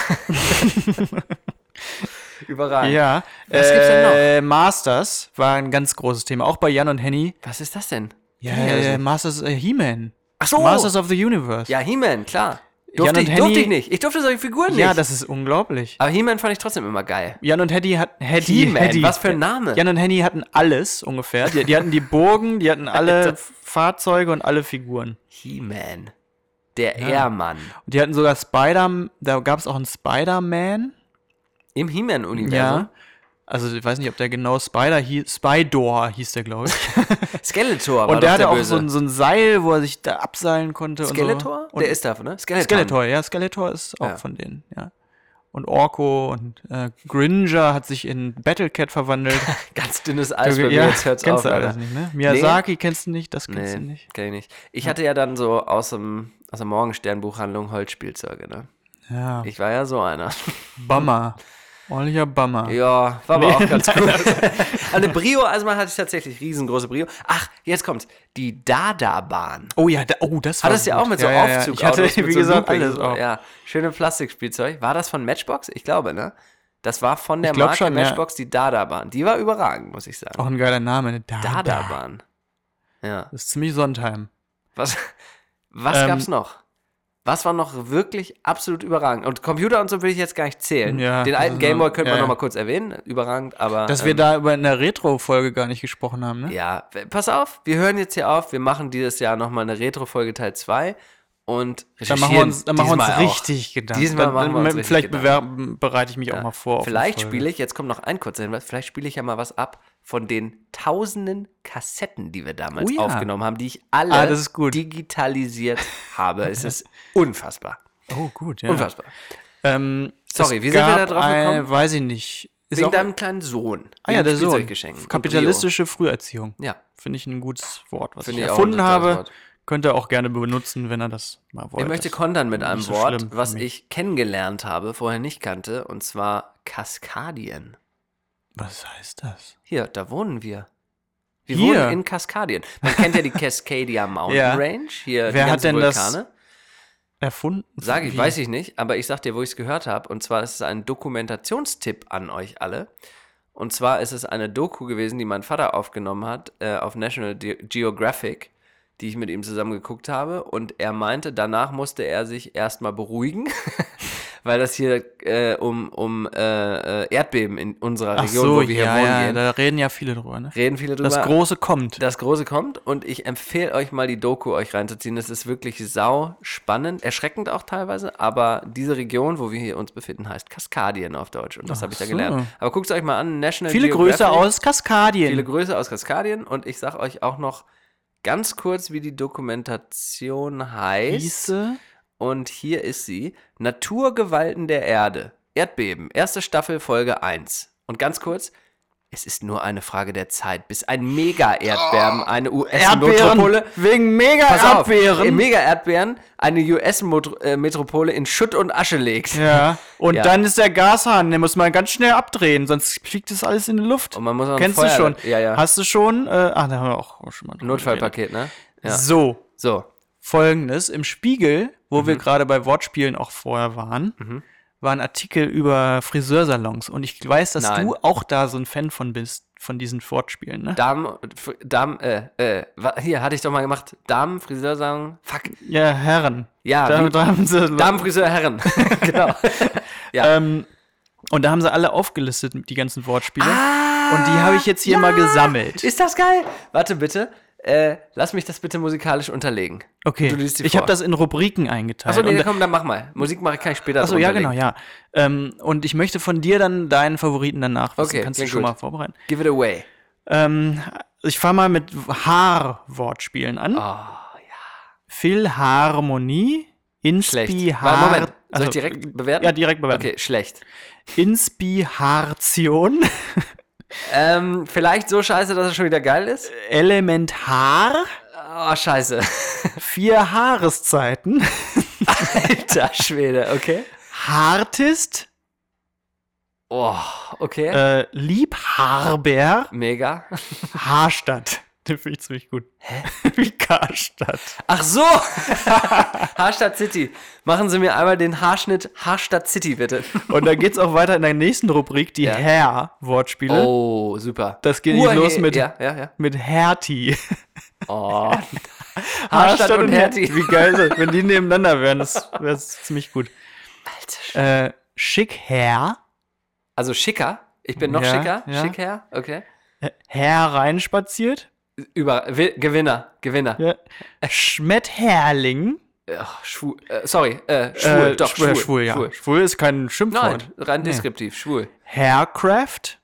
[SPEAKER 3] Überragend.
[SPEAKER 2] Ja.
[SPEAKER 3] Was gibt's denn noch?
[SPEAKER 2] Äh, Masters war ein ganz großes Thema, auch bei Jan und Henny.
[SPEAKER 3] Was ist das denn?
[SPEAKER 2] Ja, Oh.
[SPEAKER 3] Kenn ich alles
[SPEAKER 2] äh,
[SPEAKER 3] nicht.
[SPEAKER 2] Masters äh, He-Man.
[SPEAKER 3] Ach so.
[SPEAKER 2] Masters of the Universe.
[SPEAKER 3] ja, He-Man, klar. Durfte,
[SPEAKER 2] und
[SPEAKER 3] ich, durfte
[SPEAKER 2] Henny-
[SPEAKER 3] ich nicht. Ich durfte solche Figuren
[SPEAKER 2] Ja,
[SPEAKER 3] nicht.
[SPEAKER 2] das ist unglaublich.
[SPEAKER 3] aber He-Man fand ich trotzdem immer geil.
[SPEAKER 2] Jan und Hedy hat Hedy,
[SPEAKER 3] He-Man,
[SPEAKER 2] Hedy.
[SPEAKER 3] was für ein Name.
[SPEAKER 2] Jan und Henny hatten alles ungefähr. Die, die hatten die Burgen, die hatten alle Fahrzeuge und alle Figuren.
[SPEAKER 3] He-Man. Der Ehrmann.
[SPEAKER 2] Und die hatten sogar Spider, da gab es auch einen Spider-Man.
[SPEAKER 3] Im He-Man-Universum.
[SPEAKER 2] Also ich weiß nicht, ob der genau Spider hieß. Spidor hieß der, glaube ich.
[SPEAKER 3] Skeletor war
[SPEAKER 2] Und der
[SPEAKER 3] doch
[SPEAKER 2] hatte
[SPEAKER 3] der
[SPEAKER 2] auch
[SPEAKER 3] Böse.
[SPEAKER 2] so ein, so ein Seil, wo er sich da abseilen konnte.
[SPEAKER 3] Skeletor?
[SPEAKER 2] Und so. und
[SPEAKER 3] der ist da, ne? Skeletor.
[SPEAKER 2] Skeletor, ja, Skeletor ist auch
[SPEAKER 3] Ja.
[SPEAKER 2] von denen, ja. Und Orko und äh, Gringer hat sich in Battlecat verwandelt.
[SPEAKER 3] Ganz dünnes Eis Also bei mir, jetzt
[SPEAKER 2] Also
[SPEAKER 3] hört's
[SPEAKER 2] kennst
[SPEAKER 3] auf.
[SPEAKER 2] du alles
[SPEAKER 3] Alter.
[SPEAKER 2] nicht, ne? Miyazaki kennst du nicht, das kennst
[SPEAKER 3] Nee,
[SPEAKER 2] du nicht.
[SPEAKER 3] kenn ich nicht. Ich hatte ja dann so aus dem, aus der Morgenstern-Buchhandlung Holzspielzeuge, ne?
[SPEAKER 2] Ja,
[SPEAKER 3] Ich war ja so einer.
[SPEAKER 2] Bummer. Ordentlicher Bummer.
[SPEAKER 3] Ja, war aber auch ganz cool. Also Eine Brio, also man hatte ich tatsächlich riesengroße Brio. Ach, jetzt kommt's. Die Dada-Bahn.
[SPEAKER 2] Oh ja, da, oh, das war
[SPEAKER 3] Hattest ja
[SPEAKER 2] gut.
[SPEAKER 3] auch mit so
[SPEAKER 2] ja, ja.
[SPEAKER 3] Aufzug.
[SPEAKER 2] Ich hatte,
[SPEAKER 3] Autos, mit
[SPEAKER 2] wie
[SPEAKER 3] so
[SPEAKER 2] gesagt, also
[SPEAKER 3] Looping
[SPEAKER 2] alles
[SPEAKER 3] so.
[SPEAKER 2] auch.
[SPEAKER 3] Ja, schöne Plastikspielzeug. War das von Matchbox? Ich glaube, ne? Das war von der
[SPEAKER 2] Ich glaub
[SPEAKER 3] Marke
[SPEAKER 2] schon, ja. Oh,
[SPEAKER 3] Matchbox die Dada-Bahn. Die war überragend, muss ich sagen.
[SPEAKER 2] Auch ein geiler Name, da, da,
[SPEAKER 3] Dada-Bahn. Ja.
[SPEAKER 2] Das ist ziemlich Sondheim.
[SPEAKER 3] Was, was
[SPEAKER 2] Ähm,
[SPEAKER 3] gab's noch? Was war noch wirklich absolut überragend? Und Computer und so will ich jetzt gar nicht zählen.
[SPEAKER 2] Ja,
[SPEAKER 3] Den
[SPEAKER 2] das
[SPEAKER 3] alten
[SPEAKER 2] ist
[SPEAKER 3] Gameboy
[SPEAKER 2] so-
[SPEAKER 3] könnte
[SPEAKER 2] ja,
[SPEAKER 3] man
[SPEAKER 2] ja.
[SPEAKER 3] nochmal kurz erwähnen. Überragend, aber.
[SPEAKER 2] Dass wir
[SPEAKER 3] ähm,
[SPEAKER 2] da über in der Retro-Folge gar nicht gesprochen haben, ne?
[SPEAKER 3] Ja, w- pass auf, wir hören jetzt hier auf. Wir machen dieses Jahr nochmal eine Retro-Folge Teil 2 und
[SPEAKER 2] Dann
[SPEAKER 3] recherchieren
[SPEAKER 2] machen wir uns, dann machen wir uns
[SPEAKER 3] diesmal auch.
[SPEAKER 2] richtig Gedanken.
[SPEAKER 3] Diesmal
[SPEAKER 2] dann,
[SPEAKER 3] machen wir
[SPEAKER 2] dann,
[SPEAKER 3] uns richtig
[SPEAKER 2] Vielleicht
[SPEAKER 3] Gedanken.
[SPEAKER 2] bewerben- bereite ich mich auch mal vor. auf die
[SPEAKER 3] Vielleicht
[SPEAKER 2] Folge.
[SPEAKER 3] spiele ich, jetzt kommt noch ein kurzer Hinweis, vielleicht spiele ich ja mal was ab von den tausenden Kassetten, die wir damals
[SPEAKER 2] Oh ja.
[SPEAKER 3] aufgenommen haben, die ich alle
[SPEAKER 2] Ah, das ist gut.
[SPEAKER 3] digitalisiert habe. Es ist unfassbar.
[SPEAKER 2] Oh, gut, ja.
[SPEAKER 3] Unfassbar.
[SPEAKER 2] Ähm,
[SPEAKER 3] Sorry,
[SPEAKER 2] es
[SPEAKER 3] wie sind wir
[SPEAKER 2] gab
[SPEAKER 3] da drauf
[SPEAKER 2] ein-
[SPEAKER 3] gekommen?
[SPEAKER 2] Weiß ich nicht. Ist
[SPEAKER 3] Wegen
[SPEAKER 2] auch-
[SPEAKER 3] deinem kleinen Sohn.
[SPEAKER 2] ah ja,
[SPEAKER 3] Wegen
[SPEAKER 2] der Sohn.
[SPEAKER 3] Spielzeuggeschenken und
[SPEAKER 2] Kapitalistische Früherziehung.
[SPEAKER 3] Rio. Ja.
[SPEAKER 2] Finde ich ein gutes Wort, was
[SPEAKER 3] Finde
[SPEAKER 2] ich
[SPEAKER 3] ich auch ein
[SPEAKER 2] erfunden
[SPEAKER 3] tolles
[SPEAKER 2] habe.
[SPEAKER 3] Wort.
[SPEAKER 2] Könnt ihr auch gerne benutzen, wenn ihr das mal wollt.
[SPEAKER 3] Ich möchte
[SPEAKER 2] Das-
[SPEAKER 3] kontern mit
[SPEAKER 2] nicht
[SPEAKER 3] einem
[SPEAKER 2] so schlimm
[SPEAKER 3] Wort,
[SPEAKER 2] für
[SPEAKER 3] was
[SPEAKER 2] mich.
[SPEAKER 3] ich kennengelernt habe, vorher nicht kannte, und zwar Kaskadien.
[SPEAKER 2] Was heißt das?
[SPEAKER 3] Hier, da wohnen wir. Wir
[SPEAKER 2] Hier?
[SPEAKER 3] wohnen in Kaskadien. Man kennt ja die Cascadia Mountain
[SPEAKER 2] Ja.
[SPEAKER 3] Range. Hier
[SPEAKER 2] Wer
[SPEAKER 3] die
[SPEAKER 2] hat
[SPEAKER 3] ganzen
[SPEAKER 2] denn das
[SPEAKER 3] Vulkane.
[SPEAKER 2] Erfunden?
[SPEAKER 3] Sag ich,
[SPEAKER 2] Wie?
[SPEAKER 3] weiß ich nicht, aber ich sag dir, wo ich es gehört habe. Und zwar ist es ein Dokumentationstipp an euch alle. Und zwar ist es eine Doku gewesen, die mein Vater aufgenommen hat äh, auf National Ge Geographic, die ich mit ihm zusammen geguckt habe. Und er meinte, danach musste er sich erstmal beruhigen, weil das hier äh, um, um äh, äh, Erdbeben in unserer
[SPEAKER 2] Ach
[SPEAKER 3] Region,
[SPEAKER 2] so,
[SPEAKER 3] wo wir
[SPEAKER 2] ja,
[SPEAKER 3] hier
[SPEAKER 2] ja,
[SPEAKER 3] wohnen, gehen,
[SPEAKER 2] da reden ja viele drüber, ne?
[SPEAKER 3] reden viele drüber.
[SPEAKER 2] Das Große kommt.
[SPEAKER 3] Das Große kommt und ich empfehle euch mal die Doku euch reinzuziehen. Es ist wirklich sau spannend, erschreckend auch teilweise, aber diese Region, wo wir hier uns befinden, heißt Kaskadien auf Deutsch und das habe ich da
[SPEAKER 2] so.
[SPEAKER 3] gelernt. Aber guckt es euch mal an, National
[SPEAKER 2] viele
[SPEAKER 3] Geographic.
[SPEAKER 2] Grüße aus Kaskadien.
[SPEAKER 3] Viele Grüße aus Kaskadien und ich sage euch auch noch ganz kurz, wie die Dokumentation heißt.
[SPEAKER 2] Grüße.
[SPEAKER 3] Und hier ist sie: Naturgewalten der Erde. Erdbeben, erste Staffel, Folge 1. Und ganz kurz, es ist nur eine Frage der Zeit, bis ein
[SPEAKER 2] Oh,
[SPEAKER 3] Mega-Erdbeben, eine US-Metropole.
[SPEAKER 2] Wegen
[SPEAKER 3] Pass auf,
[SPEAKER 2] Mega-Erdbeeren.
[SPEAKER 3] Mega-Erdbeeren eine US-Metropole äh, in Schutt und Asche legt.
[SPEAKER 2] ja. Und
[SPEAKER 3] Ja.
[SPEAKER 2] dann ist der Gashahn, den muss man ganz schnell abdrehen, sonst fliegt das alles in die Luft.
[SPEAKER 3] Und man muss auch ein
[SPEAKER 2] Kennst
[SPEAKER 3] Feuer-
[SPEAKER 2] du schon?
[SPEAKER 3] Ja, ja.
[SPEAKER 2] Hast du schon? Äh, ach, da haben wir auch schon mal drüber geredet.
[SPEAKER 3] Notfallpaket, ne? Ja.
[SPEAKER 2] So,
[SPEAKER 3] So.
[SPEAKER 2] folgendes. Im Spiegel, wo
[SPEAKER 3] Mhm.
[SPEAKER 2] wir gerade bei Wortspielen auch vorher waren, war ein Artikel über Friseursalons. Und ich weiß, dass
[SPEAKER 3] Nein.
[SPEAKER 2] du auch da so ein Fan von bist, von diesen Wortspielen, ne?
[SPEAKER 3] Damen, F- Damen, äh, äh, wa- hier hatte ich doch mal gemacht. Damen, Friseursalon, fuck.
[SPEAKER 2] ja, Herren.
[SPEAKER 3] Ja, hm.
[SPEAKER 2] da,
[SPEAKER 3] wie-
[SPEAKER 2] da haben sie
[SPEAKER 3] Damen, Friseur, Herren. genau.
[SPEAKER 2] Ähm, und da haben sie alle aufgelistet, die ganzen Wortspiele. und die habe ich jetzt hier mal gesammelt.
[SPEAKER 3] Ah, Ist das geil? Warte bitte. Äh, lass mich das bitte musikalisch unterlegen.
[SPEAKER 2] okay,
[SPEAKER 3] Du liest die
[SPEAKER 2] ich habe
[SPEAKER 3] vor.
[SPEAKER 2] das in Rubriken eingeteilt.
[SPEAKER 3] Achso,
[SPEAKER 2] Und
[SPEAKER 3] nee,
[SPEAKER 2] da-
[SPEAKER 3] komm, dann mach mal. Musik mache ich, kann ich später
[SPEAKER 2] Achso, ja,
[SPEAKER 3] drunter
[SPEAKER 2] genau,
[SPEAKER 3] legen.
[SPEAKER 2] ja. Ähm, und ich möchte von dir dann deinen Favoriten danach wissen.
[SPEAKER 3] Okay,
[SPEAKER 2] Kannst
[SPEAKER 3] ja,
[SPEAKER 2] du schon
[SPEAKER 3] gut.
[SPEAKER 2] mal vorbereiten.
[SPEAKER 3] Give it away.
[SPEAKER 2] Ähm, ich fange mal mit Haar-Wortspielen an.
[SPEAKER 3] Ah,
[SPEAKER 2] Philharmonie,
[SPEAKER 3] Schlecht.
[SPEAKER 2] Inspi,
[SPEAKER 3] Warte,
[SPEAKER 2] Haar...
[SPEAKER 3] Moment, soll
[SPEAKER 2] also,
[SPEAKER 3] ich direkt bewerten?
[SPEAKER 2] Ja, direkt bewerten.
[SPEAKER 3] Okay, schlecht.
[SPEAKER 2] Inspiration,
[SPEAKER 3] Ähm, vielleicht so scheiße, dass es schon wieder geil ist?
[SPEAKER 2] Element Haar,
[SPEAKER 3] Oh, scheiße.
[SPEAKER 2] vier Haareszeiten.
[SPEAKER 3] Alter Schwede, okay.
[SPEAKER 2] Hartist,
[SPEAKER 3] Oh, okay.
[SPEAKER 2] äh, Liebhaber,
[SPEAKER 3] Mega.
[SPEAKER 2] Haarstadt. Den finde ich ziemlich gut. Hä? Wie Karstadt.
[SPEAKER 3] Ach so! Harstadt City. Machen Sie mir einmal den Haarschnitt Harstadt City, bitte.
[SPEAKER 2] Und dann geht's auch weiter in der nächsten Rubrik, die
[SPEAKER 3] Ja.
[SPEAKER 2] Herr-Wortspiele.
[SPEAKER 3] Oh, super.
[SPEAKER 2] Das geht nicht
[SPEAKER 3] Urhe-
[SPEAKER 2] los mit-
[SPEAKER 3] Ja, ja, ja.
[SPEAKER 2] Mit Hertie.
[SPEAKER 3] Oh.
[SPEAKER 2] Haarstadt
[SPEAKER 3] Harstadt und Hertie.
[SPEAKER 2] Wie geil ist das? Wenn die nebeneinander wären, das wäre ziemlich gut. Äh, schick Herr,
[SPEAKER 3] Also schicker. Ich bin noch
[SPEAKER 2] Ja,
[SPEAKER 3] schicker.
[SPEAKER 2] ja.
[SPEAKER 3] Schicker, okay.
[SPEAKER 2] Herr reinspaziert.
[SPEAKER 3] Über Wi- Gewinner, Gewinner.
[SPEAKER 2] Ja. Schmettherling.
[SPEAKER 3] Ach, schwul. Äh, sorry, äh, schwul,
[SPEAKER 2] Äh,
[SPEAKER 3] doch, schwul.
[SPEAKER 2] schwul, schwul, ja. Schwul. ist kein Schimpfwort.
[SPEAKER 3] Nein, rein deskriptiv, schwul.
[SPEAKER 2] Haircraft.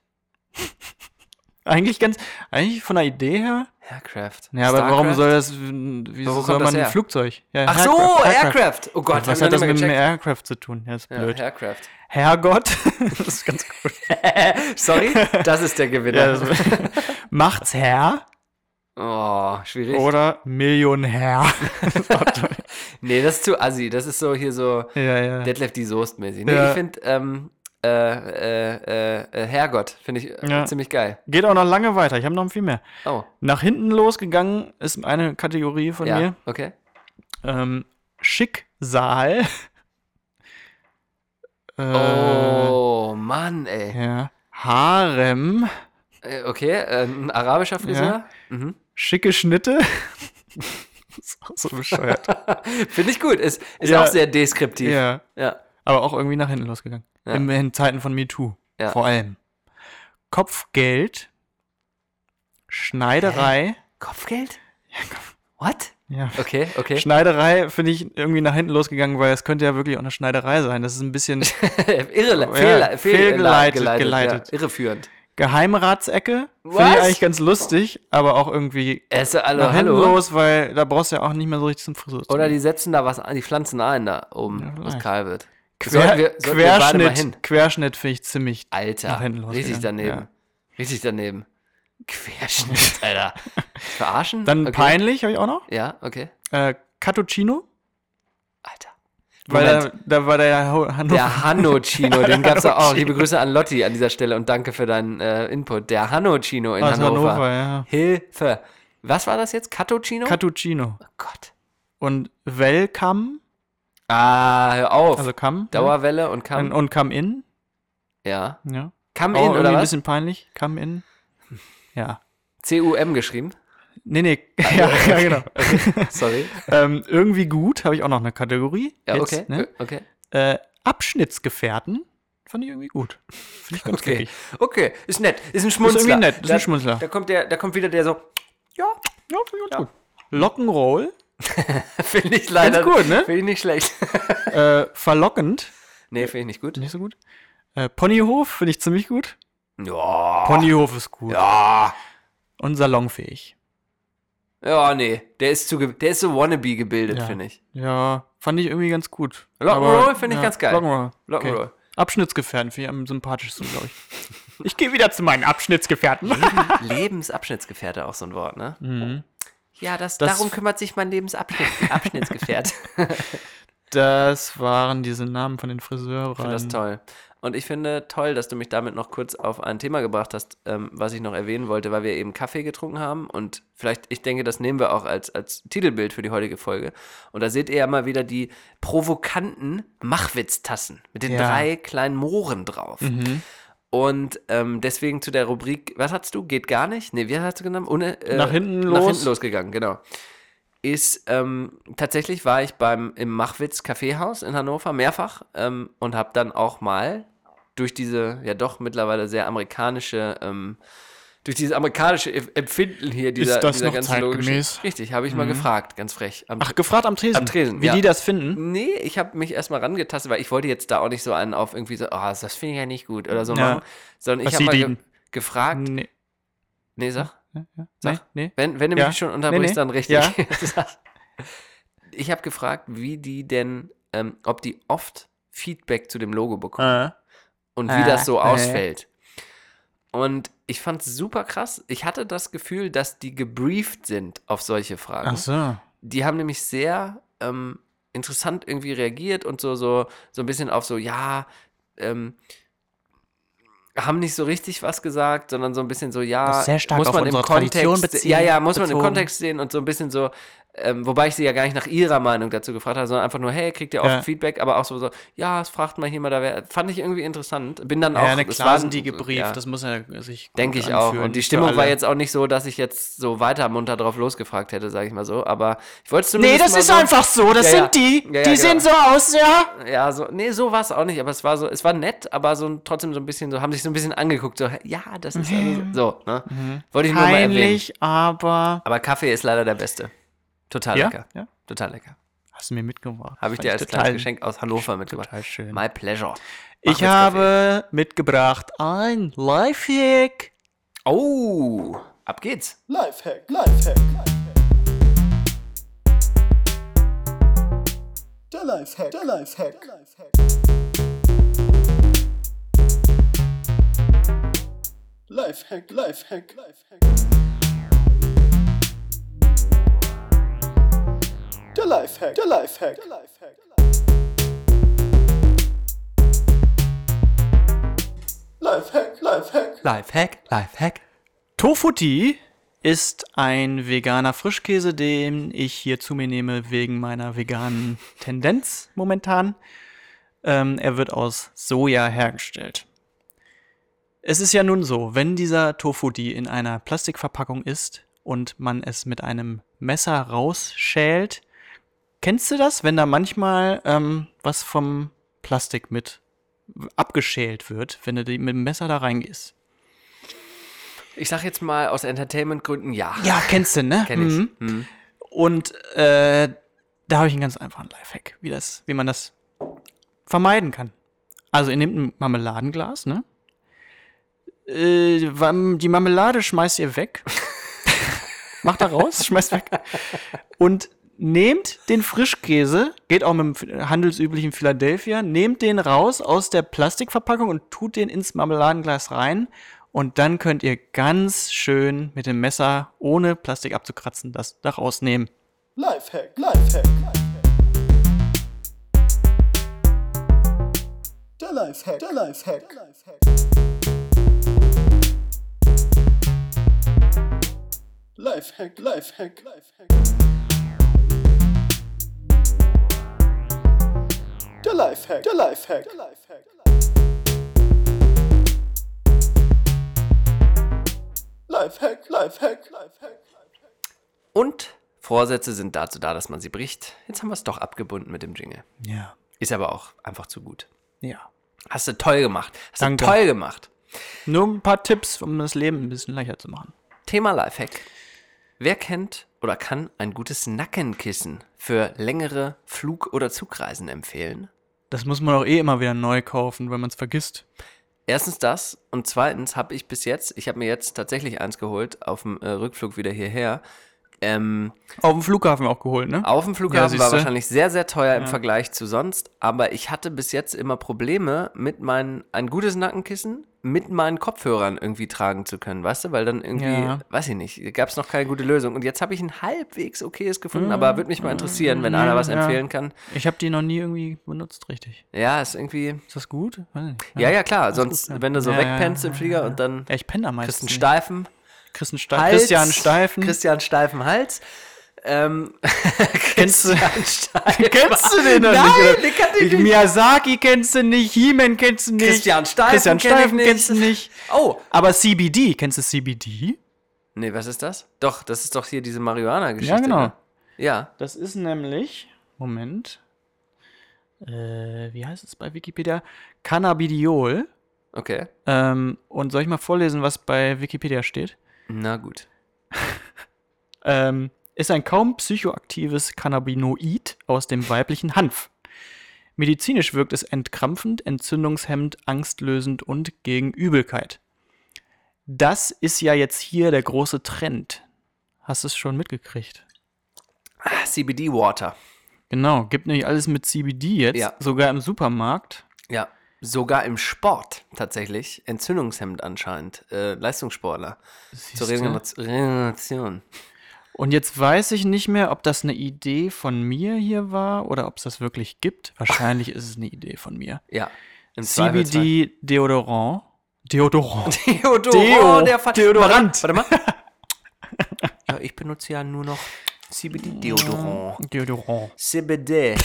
[SPEAKER 2] eigentlich ganz, eigentlich von der Idee her.
[SPEAKER 3] Aircraft.
[SPEAKER 2] Ja, aber warum
[SPEAKER 3] Starcraft?
[SPEAKER 2] soll das, wieso soll
[SPEAKER 3] Warum kommt das
[SPEAKER 2] man ein
[SPEAKER 3] her?
[SPEAKER 2] Flugzeug? Ja,
[SPEAKER 3] Ach so,
[SPEAKER 2] Haircraft,
[SPEAKER 3] Aircraft.
[SPEAKER 2] Haircraft.
[SPEAKER 3] Oh Gott,
[SPEAKER 2] Was
[SPEAKER 3] hab
[SPEAKER 2] hat
[SPEAKER 3] ich
[SPEAKER 2] das mit
[SPEAKER 3] noch nicht
[SPEAKER 2] dem
[SPEAKER 3] mal gecheckt.
[SPEAKER 2] Aircraft zu tun? Ja, ist blöd.
[SPEAKER 3] Ja, Aircraft.
[SPEAKER 2] Herrgott. das ist ganz gut.
[SPEAKER 3] Sorry, das ist der
[SPEAKER 2] Ja,
[SPEAKER 3] Gewinner.
[SPEAKER 2] das Macht's Herr
[SPEAKER 3] oh, schwierig.
[SPEAKER 2] oder Millionär.
[SPEAKER 3] Nee, das ist zu assi. Das ist so hier so
[SPEAKER 2] ja, ja.
[SPEAKER 3] Detlef die Soest mäßig. Nee,
[SPEAKER 2] Ja.
[SPEAKER 3] ich finde, ähm, äh, äh, äh, äh, Herrgott, finde ich äh,
[SPEAKER 2] Ja.
[SPEAKER 3] ziemlich geil.
[SPEAKER 2] Geht auch noch lange weiter. Ich habe noch viel mehr.
[SPEAKER 3] Oh,
[SPEAKER 2] Nach hinten losgegangen ist eine Kategorie von
[SPEAKER 3] ja,
[SPEAKER 2] mir.
[SPEAKER 3] okay.
[SPEAKER 2] Ähm, Schicksal. Äh,
[SPEAKER 3] Oh, Mann, ey.
[SPEAKER 2] Ja. Harem.
[SPEAKER 3] Äh, Okay, äh, ein arabischer Friseur? Mhm.
[SPEAKER 2] Schicke Schnitte. ist auch so bescheuert.
[SPEAKER 3] Finde ich gut. Ist, ist
[SPEAKER 2] Ja.
[SPEAKER 3] auch sehr deskriptiv.
[SPEAKER 2] ja.
[SPEAKER 3] ja.
[SPEAKER 2] Aber auch irgendwie nach hinten losgegangen.
[SPEAKER 3] Ja.
[SPEAKER 2] In, in Zeiten von MeToo.
[SPEAKER 3] Ja.
[SPEAKER 2] Vor allem. Kopfgeld. Schneiderei.
[SPEAKER 3] Kopfgeld? What?
[SPEAKER 2] Ja.
[SPEAKER 3] Okay, okay.
[SPEAKER 2] Schneiderei finde ich irgendwie nach hinten losgegangen, weil es könnte ja wirklich auch eine Schneiderei sein. Das ist ein bisschen
[SPEAKER 3] Irre,
[SPEAKER 2] Ja,
[SPEAKER 3] fehl, fehl,
[SPEAKER 2] fehlgeleitet,
[SPEAKER 3] geleitet,
[SPEAKER 2] geleitet.
[SPEAKER 3] Ja, irreführend.
[SPEAKER 2] Geheimratsecke. Finde ich
[SPEAKER 3] Was?
[SPEAKER 2] eigentlich ganz lustig, aber auch irgendwie
[SPEAKER 3] Es, also,
[SPEAKER 2] nach hinten
[SPEAKER 3] hallo.
[SPEAKER 2] los, weil da brauchst du ja auch nicht mehr so richtig zum Friseur. zu
[SPEAKER 3] Oder
[SPEAKER 2] gehen.
[SPEAKER 3] die setzen da was an, die pflanzen ein da oben,
[SPEAKER 2] Ja,
[SPEAKER 3] was
[SPEAKER 2] vielleicht.
[SPEAKER 3] kahl wird.
[SPEAKER 2] Quer,
[SPEAKER 3] Sollten wir- sollten wir beide mal hin.
[SPEAKER 2] Querschnitt, Querschnitt finde ich ziemlich nach
[SPEAKER 3] Alter,
[SPEAKER 2] hinten los.
[SPEAKER 3] richtig
[SPEAKER 2] gegangen,
[SPEAKER 3] daneben. Richtig daneben. Querschnitt, Alter. Verarschen?
[SPEAKER 2] Ja. Dann
[SPEAKER 3] okay.
[SPEAKER 2] peinlich habe ich auch noch.
[SPEAKER 3] Ja, okay.
[SPEAKER 2] Äh, Cattuccino.
[SPEAKER 3] Alter.
[SPEAKER 2] Weil da,
[SPEAKER 3] Moment.
[SPEAKER 2] da war der Ho- Hannover.
[SPEAKER 3] Der Hanno-Chino, den gab's doch auch. Liebe Grüße an Lotti an dieser Stelle und danke für deinen äh, Input. Der Hanno-Chino in
[SPEAKER 2] aus
[SPEAKER 3] Hannover.
[SPEAKER 2] also Hannover. ja.
[SPEAKER 3] Hilfe. Was war das jetzt? Catto-Chino?
[SPEAKER 2] Cattuccino.
[SPEAKER 3] oh Gott.
[SPEAKER 2] Und Welcome,
[SPEAKER 3] Ah, hör auf.
[SPEAKER 2] also Come.
[SPEAKER 3] Dauerwelle und
[SPEAKER 2] ja.
[SPEAKER 3] kam.
[SPEAKER 2] Und, und Come In.
[SPEAKER 3] ja.
[SPEAKER 2] Ja.
[SPEAKER 3] Kam
[SPEAKER 2] Auch
[SPEAKER 3] in
[SPEAKER 2] irgendwie
[SPEAKER 3] oder
[SPEAKER 2] ein
[SPEAKER 3] was?
[SPEAKER 2] bisschen peinlich. Come In. Ja.
[SPEAKER 3] C-U-M geschrieben.
[SPEAKER 2] Nee, nee.
[SPEAKER 3] Ah,
[SPEAKER 2] Ja, ja genau.
[SPEAKER 3] Sorry.
[SPEAKER 2] ähm, irgendwie gut habe ich auch noch eine Kategorie.
[SPEAKER 3] Ja,
[SPEAKER 2] Jetzt,
[SPEAKER 3] okay.
[SPEAKER 2] Ne?
[SPEAKER 3] Okay.
[SPEAKER 2] Äh, Abschnittsgefährten fand ich irgendwie gut. Finde ich ganz
[SPEAKER 3] Okay.
[SPEAKER 2] okay.
[SPEAKER 3] okay, ist nett. Ist ein
[SPEAKER 2] Ist
[SPEAKER 3] Schmunzler.
[SPEAKER 2] irgendwie nett. Ist
[SPEAKER 3] da,
[SPEAKER 2] ein Schmunzler.
[SPEAKER 3] Da kommt, der, da kommt wieder der so, ja,
[SPEAKER 2] Ja, finde ich ganz gut. Lockenroll.
[SPEAKER 3] finde ich leider.
[SPEAKER 2] Ganz gut, ne?
[SPEAKER 3] Finde ich nicht schlecht.
[SPEAKER 2] Äh, verlockend.
[SPEAKER 3] nee, finde ich nicht gut.
[SPEAKER 2] Nicht so gut. Äh, Ponyhof finde ich ziemlich gut.
[SPEAKER 3] Ja.
[SPEAKER 2] Ponyhof ist gut.
[SPEAKER 3] Ja.
[SPEAKER 2] Und salonfähig.
[SPEAKER 3] Ja, nee. Der ist, zu, ge- der ist so wannabe gebildet,
[SPEAKER 2] Ja.
[SPEAKER 3] finde ich.
[SPEAKER 2] Ja, fand ich irgendwie ganz gut.
[SPEAKER 3] Rock'n'Roll
[SPEAKER 2] Aber,
[SPEAKER 3] finde ich
[SPEAKER 2] ja,
[SPEAKER 3] ganz geil.
[SPEAKER 2] Rock'n'Roll.
[SPEAKER 3] Rock'n'Roll.
[SPEAKER 2] Abschnittsgefährten finde ich am sympathischsten, glaube ich. Ich gehe wieder zu meinen Abschnittsgefährten.
[SPEAKER 3] Lebensabschnittsgefährte, auch so ein Wort, ne? Ja, das,
[SPEAKER 2] Mhm. Das-
[SPEAKER 3] darum kümmert sich mein Lebensabschnittsgefährt.
[SPEAKER 2] Das waren diese Namen von den Friseurern.
[SPEAKER 3] Ich finde das toll. Und ich finde toll, dass du mich damit noch kurz auf ein Thema gebracht hast, ähm, was ich noch erwähnen wollte, weil wir eben Kaffee getrunken haben. Und vielleicht, ich denke, das nehmen wir auch als, als Titelbild für die heutige Folge. Und da seht ihr ja mal wieder die provokanten Machwitztassen mit den
[SPEAKER 2] Ja.
[SPEAKER 3] drei kleinen Mooren drauf. Und ähm, deswegen zu der Rubrik, was hast du? Geht gar nicht? Nee, wie hast du genannt? Ohne, äh,
[SPEAKER 2] Nach hinten
[SPEAKER 3] Nach
[SPEAKER 2] los.
[SPEAKER 3] hinten losgegangen, genau. Ist, ähm, tatsächlich war ich beim, im Machwitz Kaffeehaus in Hannover mehrfach ähm, und habe dann auch mal durch diese, ja doch mittlerweile sehr amerikanische, ähm, durch dieses amerikanische Ef- Empfinden hier dieser,
[SPEAKER 2] das
[SPEAKER 3] dieser
[SPEAKER 2] noch
[SPEAKER 3] ganzen logischen.
[SPEAKER 2] zeitgemäß? Mhm.
[SPEAKER 3] Richtig, habe ich mal gefragt, ganz frech. Am,
[SPEAKER 2] Ach, gefragt am Tresen.
[SPEAKER 3] Am Tresen,
[SPEAKER 2] Wie
[SPEAKER 3] ja.
[SPEAKER 2] die das finden.
[SPEAKER 3] Nee, ich habe mich erstmal rangetastet, weil ich wollte jetzt da auch nicht so einen auf irgendwie so, ah, das finde ich ja nicht gut oder so
[SPEAKER 2] Ja.
[SPEAKER 3] machen, sondern
[SPEAKER 2] Was
[SPEAKER 3] ich habe
[SPEAKER 2] sie
[SPEAKER 3] mal ge
[SPEAKER 2] lieben. Hm.
[SPEAKER 3] gefragt,
[SPEAKER 2] Nee.
[SPEAKER 3] nee, sag,
[SPEAKER 2] Nee,
[SPEAKER 3] Sag.
[SPEAKER 2] nee.
[SPEAKER 3] wenn, wenn du
[SPEAKER 2] Ja.
[SPEAKER 3] mich schon unterbrichst,
[SPEAKER 2] nee.
[SPEAKER 3] dann richtig.
[SPEAKER 2] Ja.
[SPEAKER 3] ich habe gefragt, wie die denn, ähm, ob die oft Feedback zu dem Logo
[SPEAKER 2] Äh.
[SPEAKER 3] bekommen und wie
[SPEAKER 2] Ah,
[SPEAKER 3] das so
[SPEAKER 2] äh.
[SPEAKER 3] ausfällt. Und ich fand es super krass. Ich hatte das Gefühl, dass die gebrieft sind auf solche Fragen
[SPEAKER 2] Ach so.
[SPEAKER 3] die haben nämlich sehr ähm, interessant irgendwie reagiert und so, so, so ein bisschen auf so, ja, ähm, haben nicht so richtig was gesagt, sondern so ein bisschen so,
[SPEAKER 2] Das
[SPEAKER 3] ja,
[SPEAKER 2] ist sehr stark auf unsere Tradition beziehen-
[SPEAKER 3] ja, ja, muss man im
[SPEAKER 2] bezogen.
[SPEAKER 3] Kontext sehen und so ein bisschen so, ähm, wobei ich sie ja gar nicht nach ihrer Meinung dazu gefragt habe, sondern einfach nur, hey, kriegt ihr auch
[SPEAKER 2] Ja.
[SPEAKER 3] Feedback, aber auch so, so, ja, es fragt mal hier mal da, wer, fand ich irgendwie interessant, bin dann auch,
[SPEAKER 2] ja, na
[SPEAKER 3] es
[SPEAKER 2] klar
[SPEAKER 3] waren-
[SPEAKER 2] sind die gebrieft.
[SPEAKER 3] ja.
[SPEAKER 2] Das muss ja sich gut
[SPEAKER 3] Denke ich auch.
[SPEAKER 2] anfühlen
[SPEAKER 3] Und die
[SPEAKER 2] für
[SPEAKER 3] Stimmung
[SPEAKER 2] alle.
[SPEAKER 3] war jetzt auch nicht so, dass ich jetzt so weiter munter drauf losgefragt hätte, sage ich mal so. Aber ich wollte es
[SPEAKER 2] Nee,
[SPEAKER 3] zumindest
[SPEAKER 2] das
[SPEAKER 3] mal
[SPEAKER 2] ist
[SPEAKER 3] so,
[SPEAKER 2] einfach so. Das
[SPEAKER 3] Ja, ja.
[SPEAKER 2] sind die.
[SPEAKER 3] Ja, ja,
[SPEAKER 2] die
[SPEAKER 3] genau.
[SPEAKER 2] sehen so aus, ja.
[SPEAKER 3] Ja, so, nee, so war es auch nicht. Aber es war so, es war nett, aber so ein- trotzdem so ein bisschen so, haben sich so ein bisschen angeguckt. So, hä, ja, das ist also so. Ne? Wollte ich nur mal erwähnen.
[SPEAKER 2] Mhm. Peinlich, aber.
[SPEAKER 3] Aber Kaffee ist leider der Beste. Total
[SPEAKER 2] Ja?
[SPEAKER 3] lecker.
[SPEAKER 2] ja.
[SPEAKER 3] Total lecker.
[SPEAKER 2] Hast du mir mitgebracht.
[SPEAKER 3] Habe ich
[SPEAKER 2] Fand
[SPEAKER 3] dir als kleines
[SPEAKER 2] total-
[SPEAKER 3] Geschenk aus Hannover mitgebracht.
[SPEAKER 2] total schön.
[SPEAKER 3] My pleasure. Mach
[SPEAKER 2] Ich
[SPEAKER 3] jetzt
[SPEAKER 2] habe mitgebracht ein Lifehack.
[SPEAKER 3] Kaffee. Oh, ab geht's.
[SPEAKER 5] Lifehack, Lifehack, Lifehack. Der Lifehack, der Lifehack, der Lifehack. Lifehack, Lifehack, Lifehack. Der Lifehack, der Lifehack, der Lifehack. Lifehack, Lifehack.
[SPEAKER 3] Lifehack, Lifehack.
[SPEAKER 2] Tofuti ist ein veganer Frischkäse, den ich hier zu mir nehme wegen meiner veganen Tendenz momentan. Ähm, er wird aus Soja hergestellt. Es ist ja nun so, wenn dieser Tofuti in einer Plastikverpackung ist und man es mit einem Messer rausschält, kennst du das, wenn da manchmal ähm, was vom Plastik mit abgeschält wird, wenn du die mit dem Messer da reingehst?
[SPEAKER 3] Ich sag jetzt mal aus Entertainment-Gründen ja.
[SPEAKER 2] Ja, kennst du, ne?
[SPEAKER 3] Kenn ich.
[SPEAKER 2] Mhm.
[SPEAKER 3] Mhm.
[SPEAKER 2] Und äh, da habe ich einen ganz einfachen Lifehack, wie, das, wie man das vermeiden kann. Also ihr nehmt ein Marmeladenglas, ne? Äh, wam- die Marmelade schmeißt ihr weg. Macht da raus, schmeißt weg. Und nehmt den Frischkäse, geht auch mit dem handelsüblichen Philadelphia, nehmt den raus aus der Plastikverpackung und tut den ins Marmeladenglas rein. Und dann könnt ihr ganz schön mit dem Messer, ohne Plastik abzukratzen, das da rausnehmen.
[SPEAKER 5] Lifehack, Lifehack, Lifehack. Der Lifehack, der Lifehack, der Lifehack. Lifehack, Lifehack, Lifehack. Der Lifehack, der Lifehack, der Lifehack. Lifehack, Lifehack, Lifehack.
[SPEAKER 3] Und Vorsätze sind dazu da, dass man sie bricht. Jetzt haben wir es doch abgebunden mit dem Jingle.
[SPEAKER 2] Ja.
[SPEAKER 3] Ist aber auch einfach zu gut.
[SPEAKER 2] Ja.
[SPEAKER 3] Hast du toll gemacht. Hast
[SPEAKER 2] Danke.
[SPEAKER 3] du toll gemacht.
[SPEAKER 2] Nur ein paar Tipps, um das Leben ein bisschen leichter zu machen.
[SPEAKER 3] Thema Lifehack. Wer kennt oder kann ein gutes Nackenkissen für längere Flug- oder Zugreisen empfehlen?
[SPEAKER 2] Das muss man auch eh immer wieder neu kaufen, wenn man es vergisst.
[SPEAKER 3] Erstens das und zweitens habe ich bis jetzt, ich habe mir jetzt tatsächlich eins geholt auf dem äh, Rückflug wieder hierher, Ähm,
[SPEAKER 2] Auf dem Flughafen auch geholt, ne?
[SPEAKER 3] auf dem Flughafen war
[SPEAKER 2] siehste.
[SPEAKER 3] wahrscheinlich sehr, sehr teuer im Vergleich zu sonst, aber ich hatte bis jetzt immer Probleme mit meinen, ein gutes Nackenkissen mit meinen Kopfhörern irgendwie tragen zu können, weißt du, weil dann irgendwie,
[SPEAKER 2] Ja.
[SPEAKER 3] weiß ich nicht, gab es noch keine gute Lösung. Und jetzt habe ich ein halbwegs okayes gefunden, aber würde mich mal interessieren, wenn
[SPEAKER 2] ja,
[SPEAKER 3] einer was
[SPEAKER 2] ja.
[SPEAKER 3] empfehlen kann.
[SPEAKER 2] Ich habe die noch nie irgendwie benutzt, richtig.
[SPEAKER 3] Ja, ist irgendwie,
[SPEAKER 2] Ist das gut? Weiß ich nicht.
[SPEAKER 3] ja, ja, klar, sonst,
[SPEAKER 2] gut, ja.
[SPEAKER 3] wenn du so
[SPEAKER 2] Ja, ja,
[SPEAKER 3] wegpennst
[SPEAKER 2] ja,
[SPEAKER 3] im Flieger und dann
[SPEAKER 2] Ja, ich penne da meistens.
[SPEAKER 3] kriegst einen
[SPEAKER 2] nicht.
[SPEAKER 3] Steifen.
[SPEAKER 2] Christen Steif- Christian Steifen.
[SPEAKER 3] Christian Steifen Hals. Ähm,
[SPEAKER 2] Kennst du-
[SPEAKER 3] Christian Steifen.
[SPEAKER 2] Kennst du den noch
[SPEAKER 3] Nein,
[SPEAKER 2] nicht? oder?
[SPEAKER 3] den kannte ich
[SPEAKER 2] Ich-
[SPEAKER 3] nicht.
[SPEAKER 2] Miyazaki kennst du nicht, He-Man kennst du nicht.
[SPEAKER 3] Christian Steifen
[SPEAKER 2] Christian
[SPEAKER 3] kenn ich
[SPEAKER 2] Steifen
[SPEAKER 3] nicht.
[SPEAKER 2] kennst du nicht.
[SPEAKER 3] Oh,
[SPEAKER 2] Aber CBD, kennst du CBD?
[SPEAKER 3] nee, was ist das? Doch, das ist doch hier diese Marihuana-Geschichte.
[SPEAKER 2] Ja, genau.
[SPEAKER 3] Ne? Ja,
[SPEAKER 2] Das ist nämlich, Moment, äh, wie heißt es bei Wikipedia? Cannabidiol.
[SPEAKER 3] okay.
[SPEAKER 2] Ähm, und soll ich mal vorlesen, was bei Wikipedia steht?
[SPEAKER 3] Na gut.
[SPEAKER 2] ähm, ist ein kaum psychoaktives Cannabinoid aus dem weiblichen Hanf. Medizinisch wirkt es entkrampfend, entzündungshemmend, angstlösend und gegen Übelkeit. Das ist ja jetzt hier der große Trend. Hast du es schon mitgekriegt?
[SPEAKER 3] Ah, CBD Water.
[SPEAKER 2] Genau, gibt nämlich alles mit CBD jetzt,
[SPEAKER 3] Ja.
[SPEAKER 2] sogar im Supermarkt.
[SPEAKER 3] Ja. Sogar im Sport tatsächlich. Entzündungshemd anscheinend. Äh, Leistungssportler. Zur
[SPEAKER 2] Siehste?
[SPEAKER 3] Regenera- Regeneration.
[SPEAKER 2] Und jetzt weiß ich nicht mehr, ob das eine Idee von mir hier war oder ob es das wirklich gibt. Wahrscheinlich ist es eine Idee von mir.
[SPEAKER 3] Ja. Im Zweifelsfall.
[SPEAKER 2] CBD Deodorant. Deodorant.
[SPEAKER 3] Deodorant.
[SPEAKER 2] Deo.
[SPEAKER 3] Oh, der Ver-
[SPEAKER 2] Deodorant.
[SPEAKER 3] Warte mal. ja, ich benutze ja nur noch CBD-Deodorant.
[SPEAKER 2] Deodorant.
[SPEAKER 3] CBD.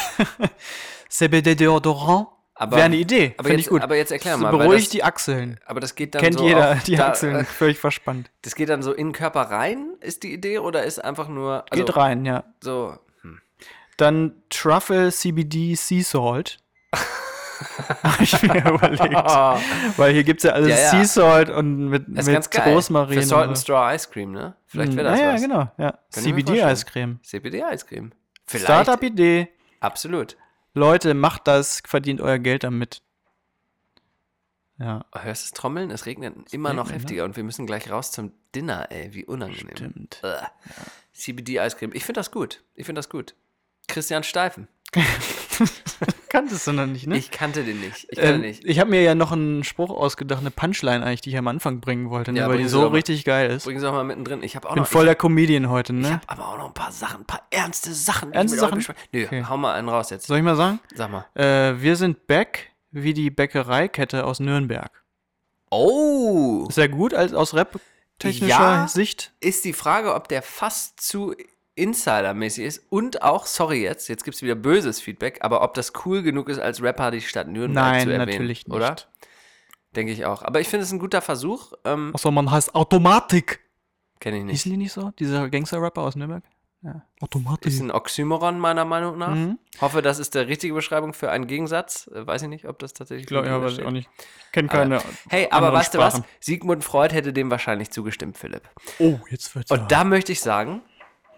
[SPEAKER 2] CBD Deodorant.
[SPEAKER 3] Aber-
[SPEAKER 2] Wäre eine Idee.
[SPEAKER 3] aber
[SPEAKER 2] Finde
[SPEAKER 3] jetzt-
[SPEAKER 2] ich gut.
[SPEAKER 3] aber jetzt erklär
[SPEAKER 2] Das
[SPEAKER 3] mal, weil
[SPEAKER 2] Beruhigt
[SPEAKER 3] das-
[SPEAKER 2] die Achseln.
[SPEAKER 3] Aber das geht dann
[SPEAKER 2] Kennt
[SPEAKER 3] so
[SPEAKER 2] jeder
[SPEAKER 3] auf,
[SPEAKER 2] die
[SPEAKER 3] da,
[SPEAKER 2] Achseln.
[SPEAKER 3] äh,
[SPEAKER 2] Völlig verspannt.
[SPEAKER 3] Das geht dann so in den Körper rein, ist die Idee, oder ist einfach nur also,
[SPEAKER 2] Geht rein, ja.
[SPEAKER 3] so
[SPEAKER 2] Dann Truffle CBD Sea Salt. Habe ich mir überlegt. Weil hier gibt es ja alles
[SPEAKER 3] Ja, ja.
[SPEAKER 2] Sea Salt und mit,
[SPEAKER 3] Das
[SPEAKER 2] mit
[SPEAKER 3] ist ganz geil.
[SPEAKER 2] Rosmarin.
[SPEAKER 3] Für
[SPEAKER 2] und
[SPEAKER 3] Salt and
[SPEAKER 2] so.
[SPEAKER 3] Straw Ice Cream, ne? Vielleicht wäre
[SPEAKER 2] Hm,
[SPEAKER 3] das
[SPEAKER 2] ja,
[SPEAKER 3] was.
[SPEAKER 2] Ja, genau. Ja.
[SPEAKER 3] ich mir vorstellen.
[SPEAKER 2] CBD-Eiscreme.
[SPEAKER 3] CBD-Eiscreme. Vielleicht.
[SPEAKER 2] Startup-Idee.
[SPEAKER 3] Absolut.
[SPEAKER 2] Leute, macht das, verdient euer Geld damit. Ja,
[SPEAKER 3] Oh, hörst du das Trommeln? Es regnet immer
[SPEAKER 2] regnet,
[SPEAKER 3] noch
[SPEAKER 2] ne?
[SPEAKER 3] heftiger und wir müssen gleich raus zum Dinner, ey. Wie unangenehm.
[SPEAKER 2] stimmt.
[SPEAKER 3] Ugh. CBD-Eiscreme. Ich finde das gut. Ich finde das gut. Christian Steifen.
[SPEAKER 2] Kanntest du noch nicht, ne?
[SPEAKER 3] Äh. Ich kannte den nicht. Ich kannte
[SPEAKER 2] Ähm,
[SPEAKER 3] nicht.
[SPEAKER 2] ich habe mir ja noch einen Spruch ausgedacht, eine Punchline eigentlich, die ich am Anfang bringen wollte, ne,
[SPEAKER 3] Ja,
[SPEAKER 2] weil die
[SPEAKER 3] bring sie
[SPEAKER 2] so
[SPEAKER 3] doch mal.
[SPEAKER 2] richtig geil ist.
[SPEAKER 3] Übrigens auch mal mittendrin. Ich habe auch
[SPEAKER 2] Bin
[SPEAKER 3] noch.
[SPEAKER 2] voll der Comedian heute,
[SPEAKER 3] ich
[SPEAKER 2] ne?
[SPEAKER 3] habe aber auch noch ein paar Sachen, ein paar ernste Sachen. die ich
[SPEAKER 2] Ernste
[SPEAKER 3] mit euch
[SPEAKER 2] Sachen?
[SPEAKER 3] besprechen- Nö,
[SPEAKER 2] Okay.
[SPEAKER 3] hau mal einen raus jetzt.
[SPEAKER 2] Soll ich mal sagen?
[SPEAKER 3] Sag mal.
[SPEAKER 2] Äh, wir sind back wie die Bäckereikette aus Nürnberg.
[SPEAKER 3] Oh!
[SPEAKER 2] Ist ja gut als aus Rap-technischer
[SPEAKER 3] Ja.
[SPEAKER 2] Sicht.
[SPEAKER 3] Ist die Frage, ob der fast zu insidermäßig ist und auch, sorry jetzt, jetzt gibt es wieder böses Feedback, aber ob das cool genug ist, als Rapper die Stadt Nürnberg
[SPEAKER 2] Nein,
[SPEAKER 3] zu erwähnen.
[SPEAKER 2] natürlich nicht.
[SPEAKER 3] Oder? Denke ich auch. Aber ich finde es ein guter Versuch. Ähm,
[SPEAKER 2] Achso, man heißt Automatik.
[SPEAKER 3] Kenne ich nicht.
[SPEAKER 2] Hießen die nicht so? Dieser Gangster-Rapper aus Nürnberg? Ja.
[SPEAKER 3] Ist
[SPEAKER 2] Automatik.
[SPEAKER 3] ein Oxymoron meiner Meinung nach.
[SPEAKER 2] Mhm.
[SPEAKER 3] Hoffe, das ist der richtige Beschreibung für einen Gegensatz. Äh, Weiß ich nicht, ob das tatsächlich.
[SPEAKER 2] Ich glaube, ja,
[SPEAKER 3] drin
[SPEAKER 2] weiß ich
[SPEAKER 3] steht.
[SPEAKER 2] auch nicht. Ich kenne
[SPEAKER 3] Aber-
[SPEAKER 2] keine.
[SPEAKER 3] Hey, aber
[SPEAKER 2] anderen
[SPEAKER 3] weißt du was?
[SPEAKER 2] Sprachen.
[SPEAKER 3] Sigmund Freud hätte dem wahrscheinlich zugestimmt, Philipp.
[SPEAKER 2] Oh, jetzt wird's.
[SPEAKER 3] Und da möchte ich sagen,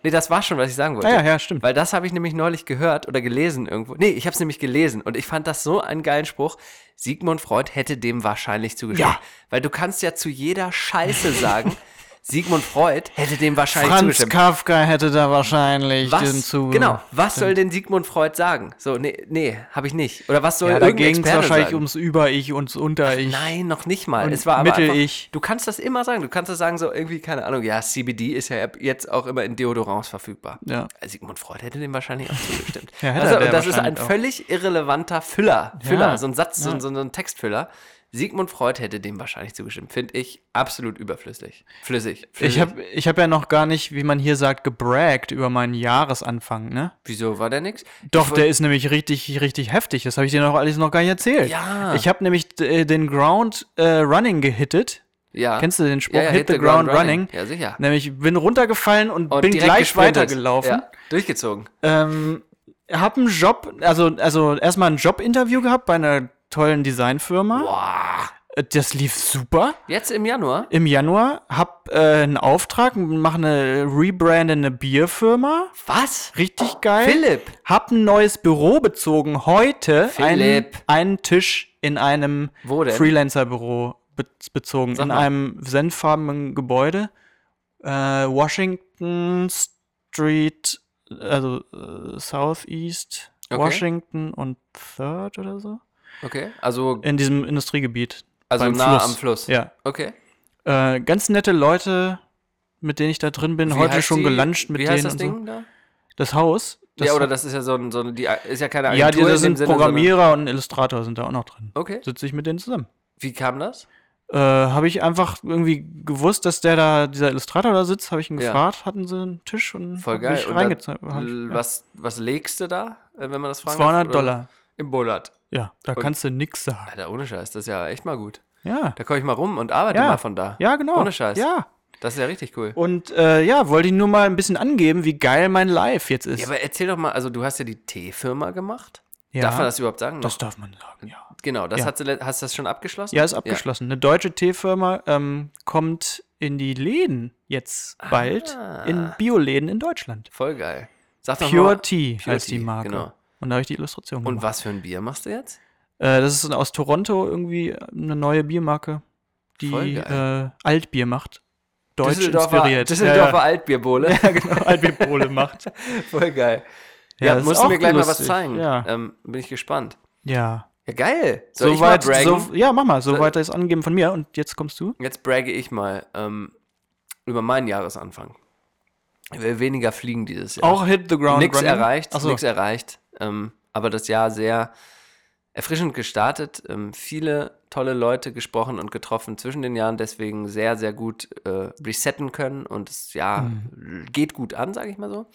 [SPEAKER 3] nee, das war schon, was ich sagen wollte.
[SPEAKER 2] Ah, ja, ja, stimmt.
[SPEAKER 3] Weil das habe ich nämlich neulich gehört oder gelesen irgendwo. Nee, ich habe es nämlich gelesen und ich fand das so einen geilen Spruch. Sigmund Freud hätte dem wahrscheinlich zugestimmt.
[SPEAKER 2] Ja.
[SPEAKER 3] Weil du kannst ja zu jeder Scheiße sagen, Sigmund Freud hätte dem wahrscheinlich
[SPEAKER 2] Franz
[SPEAKER 3] zugestimmt.
[SPEAKER 2] Kafka hätte da wahrscheinlich diesen
[SPEAKER 3] was,
[SPEAKER 2] zu. Äh.
[SPEAKER 3] genau, was soll denn Sigmund Freud sagen? So, nee, nee, habe ich nicht. Oder was soll
[SPEAKER 2] Ja, da
[SPEAKER 3] irgendein
[SPEAKER 2] ging es
[SPEAKER 3] Experte
[SPEAKER 2] wahrscheinlich um
[SPEAKER 3] sagen?
[SPEAKER 2] ums Über-Ich, ums Unter-Ich.
[SPEAKER 3] Nein, noch nicht mal.
[SPEAKER 2] Und
[SPEAKER 3] Es war aber
[SPEAKER 2] Mittel-
[SPEAKER 3] einfach,
[SPEAKER 2] ich.
[SPEAKER 3] Du kannst das immer sagen. Du kannst das sagen, so irgendwie, keine Ahnung, ja, CBD ist ja ab jetzt auch immer in Deodorants verfügbar.
[SPEAKER 2] Ja.
[SPEAKER 3] Sigmund Freud hätte dem wahrscheinlich auch zugestimmt.
[SPEAKER 2] Ja, hätte
[SPEAKER 3] also,
[SPEAKER 2] er
[SPEAKER 3] und das ist ein
[SPEAKER 2] wahrscheinlich auch.
[SPEAKER 3] völlig irrelevanter Füller. Füller, so ein Satz, so,
[SPEAKER 2] ja.
[SPEAKER 3] ein- so ein Textfüller. Sigmund Freud hätte dem wahrscheinlich zugestimmt. Finde ich absolut überflüssig. Flüssig. flüssig.
[SPEAKER 2] Ich habe ich hab ja noch gar nicht, wie man hier sagt, gebraggt über meinen Jahresanfang, ne?
[SPEAKER 3] Wieso war der nix?
[SPEAKER 2] Doch,
[SPEAKER 3] Ich
[SPEAKER 2] der ist nämlich richtig, richtig heftig. Das habe ich dir noch alles noch gar nicht erzählt.
[SPEAKER 3] Ja.
[SPEAKER 2] Ich habe nämlich äh, den Ground äh, Running gehittet.
[SPEAKER 3] Ja.
[SPEAKER 2] Kennst du den Spruch?
[SPEAKER 3] Ja, ja,
[SPEAKER 2] hit, the, ground, running.
[SPEAKER 3] Ja, sicher.
[SPEAKER 2] Nämlich bin runtergefallen und,
[SPEAKER 3] Und
[SPEAKER 2] bin
[SPEAKER 3] direkt
[SPEAKER 2] gleich
[SPEAKER 3] gesprintet.
[SPEAKER 2] weitergelaufen.
[SPEAKER 3] Ja, durchgezogen.
[SPEAKER 2] Ähm, hab einen Job, also, also erstmal ein Jobinterview gehabt bei einer tollen Designfirma.
[SPEAKER 3] Boah.
[SPEAKER 2] Äh, Das lief super.
[SPEAKER 3] Jetzt im Januar?
[SPEAKER 2] Im Januar hab äh, einen Auftrag, mache eine rebrandende Bierfirma.
[SPEAKER 3] Was?
[SPEAKER 2] Richtig geil.
[SPEAKER 3] Philipp.
[SPEAKER 2] Hab ein neues Büro bezogen. Heute einen,
[SPEAKER 3] Philipp.
[SPEAKER 2] einen Tisch in einem
[SPEAKER 3] Wo denn?
[SPEAKER 2] Freelancer-Büro be bezogen.
[SPEAKER 3] Sag
[SPEAKER 2] in
[SPEAKER 3] mal.
[SPEAKER 2] einem senffarbenen Gebäude. Äh, Washington Street, also äh, Southeast,
[SPEAKER 3] Okay.
[SPEAKER 2] Washington und Third oder so.
[SPEAKER 3] Okay, also,
[SPEAKER 2] In diesem Industriegebiet.
[SPEAKER 3] also
[SPEAKER 2] Äh, beim
[SPEAKER 3] nah
[SPEAKER 2] Fluss.
[SPEAKER 3] am Fluss.
[SPEAKER 2] Ja.
[SPEAKER 3] Okay.
[SPEAKER 2] Äh, ganz nette Leute, mit denen ich da drin bin,
[SPEAKER 3] Wie
[SPEAKER 2] heute
[SPEAKER 3] heißt
[SPEAKER 2] schon
[SPEAKER 3] die-
[SPEAKER 2] gelanscht mit
[SPEAKER 3] Wie
[SPEAKER 2] denen
[SPEAKER 3] heißt das
[SPEAKER 2] und
[SPEAKER 3] Ding da?
[SPEAKER 2] so. Das Haus.
[SPEAKER 3] ja, oder das ist ja so ein, so ein die ist ja keine Agentur.
[SPEAKER 2] Ja, die,
[SPEAKER 3] in
[SPEAKER 2] da
[SPEAKER 3] dem
[SPEAKER 2] sind
[SPEAKER 3] Sinne,
[SPEAKER 2] Programmierer und Illustrator sind da auch noch drin.
[SPEAKER 3] Sondern, okay.
[SPEAKER 2] Sitze ich mit denen zusammen.
[SPEAKER 3] Wie kam das?
[SPEAKER 2] Äh, habe ich einfach irgendwie gewusst, dass der da, dieser Illustrator da sitzt, habe ich ihn
[SPEAKER 3] Ja.
[SPEAKER 2] gefragt, hatten sie einen Tisch und
[SPEAKER 3] Voll
[SPEAKER 2] hab
[SPEAKER 3] geil.
[SPEAKER 2] mich
[SPEAKER 3] Und
[SPEAKER 2] reingezogen.
[SPEAKER 3] dann,
[SPEAKER 2] hab ich-
[SPEAKER 3] l-
[SPEAKER 2] ja.
[SPEAKER 3] was, was legst du da, äh, wenn man das fragen darf,
[SPEAKER 2] 200
[SPEAKER 3] oder?
[SPEAKER 2] Dollar.
[SPEAKER 3] Im Monat.
[SPEAKER 2] Ja, da
[SPEAKER 3] Und-
[SPEAKER 2] kannst du nix sagen.
[SPEAKER 3] Alter, ohne Scheiß, das ist ja echt mal gut.
[SPEAKER 2] Ja.
[SPEAKER 3] Da komme ich mal rum und arbeite
[SPEAKER 2] Ja.
[SPEAKER 3] mal von da.
[SPEAKER 2] Ja, genau.
[SPEAKER 3] Ohne Scheiß.
[SPEAKER 2] Ja.
[SPEAKER 3] Das ist ja richtig cool.
[SPEAKER 2] Und äh, ja, wollte ich nur mal ein bisschen angeben, wie geil mein Live jetzt ist.
[SPEAKER 3] Ja, aber erzähl doch mal, also du hast ja die Teefirma gemacht.
[SPEAKER 2] Ja.
[SPEAKER 3] Darf man das überhaupt sagen?
[SPEAKER 2] das darf man sagen, ja.
[SPEAKER 3] genau, das
[SPEAKER 2] Ja.
[SPEAKER 3] hat sie le- hast du das schon abgeschlossen?
[SPEAKER 2] Ja, ist abgeschlossen. Eine deutsche Teefirma ähm, kommt in die Läden jetzt bald,
[SPEAKER 3] Ah.
[SPEAKER 2] in Bioläden in Deutschland.
[SPEAKER 3] Voll geil. Sag doch mal,
[SPEAKER 2] Pure Tea
[SPEAKER 3] Pure
[SPEAKER 2] heißt die
[SPEAKER 3] Tea,
[SPEAKER 2] Marke.
[SPEAKER 3] genau.
[SPEAKER 2] Und da habe ich die Illustration
[SPEAKER 3] Und
[SPEAKER 2] gemacht.
[SPEAKER 3] was für ein Bier machst du jetzt?
[SPEAKER 2] Äh, das ist aus Toronto irgendwie äh, eine neue Biermarke,
[SPEAKER 3] Voll
[SPEAKER 2] die
[SPEAKER 3] geil.
[SPEAKER 2] äh, Altbier macht. Deutsch
[SPEAKER 3] Düsseldorfer,
[SPEAKER 2] inspiriert.
[SPEAKER 3] Düsseldorfer
[SPEAKER 2] ja,
[SPEAKER 3] Altbierbohle.
[SPEAKER 2] ja. ja, genau. Altbierpole macht.
[SPEAKER 3] Voll geil.
[SPEAKER 2] Ja,
[SPEAKER 3] Ja,
[SPEAKER 2] das ist
[SPEAKER 3] musst du mir
[SPEAKER 2] auch
[SPEAKER 3] gleich mal was
[SPEAKER 2] lustig,
[SPEAKER 3] zeigen.
[SPEAKER 2] ja.
[SPEAKER 3] Ähm, bin ich gespannt.
[SPEAKER 2] Ja.
[SPEAKER 3] Ja, geil. Soll ich mal braggen?
[SPEAKER 2] so, ja, mach mal. So weit ist angegeben von mir. Und jetzt kommst du?
[SPEAKER 3] Jetzt bragge ich mal ähm, über meinen Jahresanfang. Ich will weniger fliegen dieses Jahr.
[SPEAKER 2] Auch hit the ground
[SPEAKER 3] Nix
[SPEAKER 2] running.
[SPEAKER 3] erreicht,
[SPEAKER 2] Ach so.
[SPEAKER 3] nix erreicht. Ähm, aber das Jahr sehr erfrischend gestartet. Ähm, viele tolle Leute gesprochen und getroffen zwischen den Jahren, deswegen sehr, sehr gut äh, resetten können. Und das Jahr
[SPEAKER 2] Mhm.
[SPEAKER 3] geht gut an, sage ich mal so.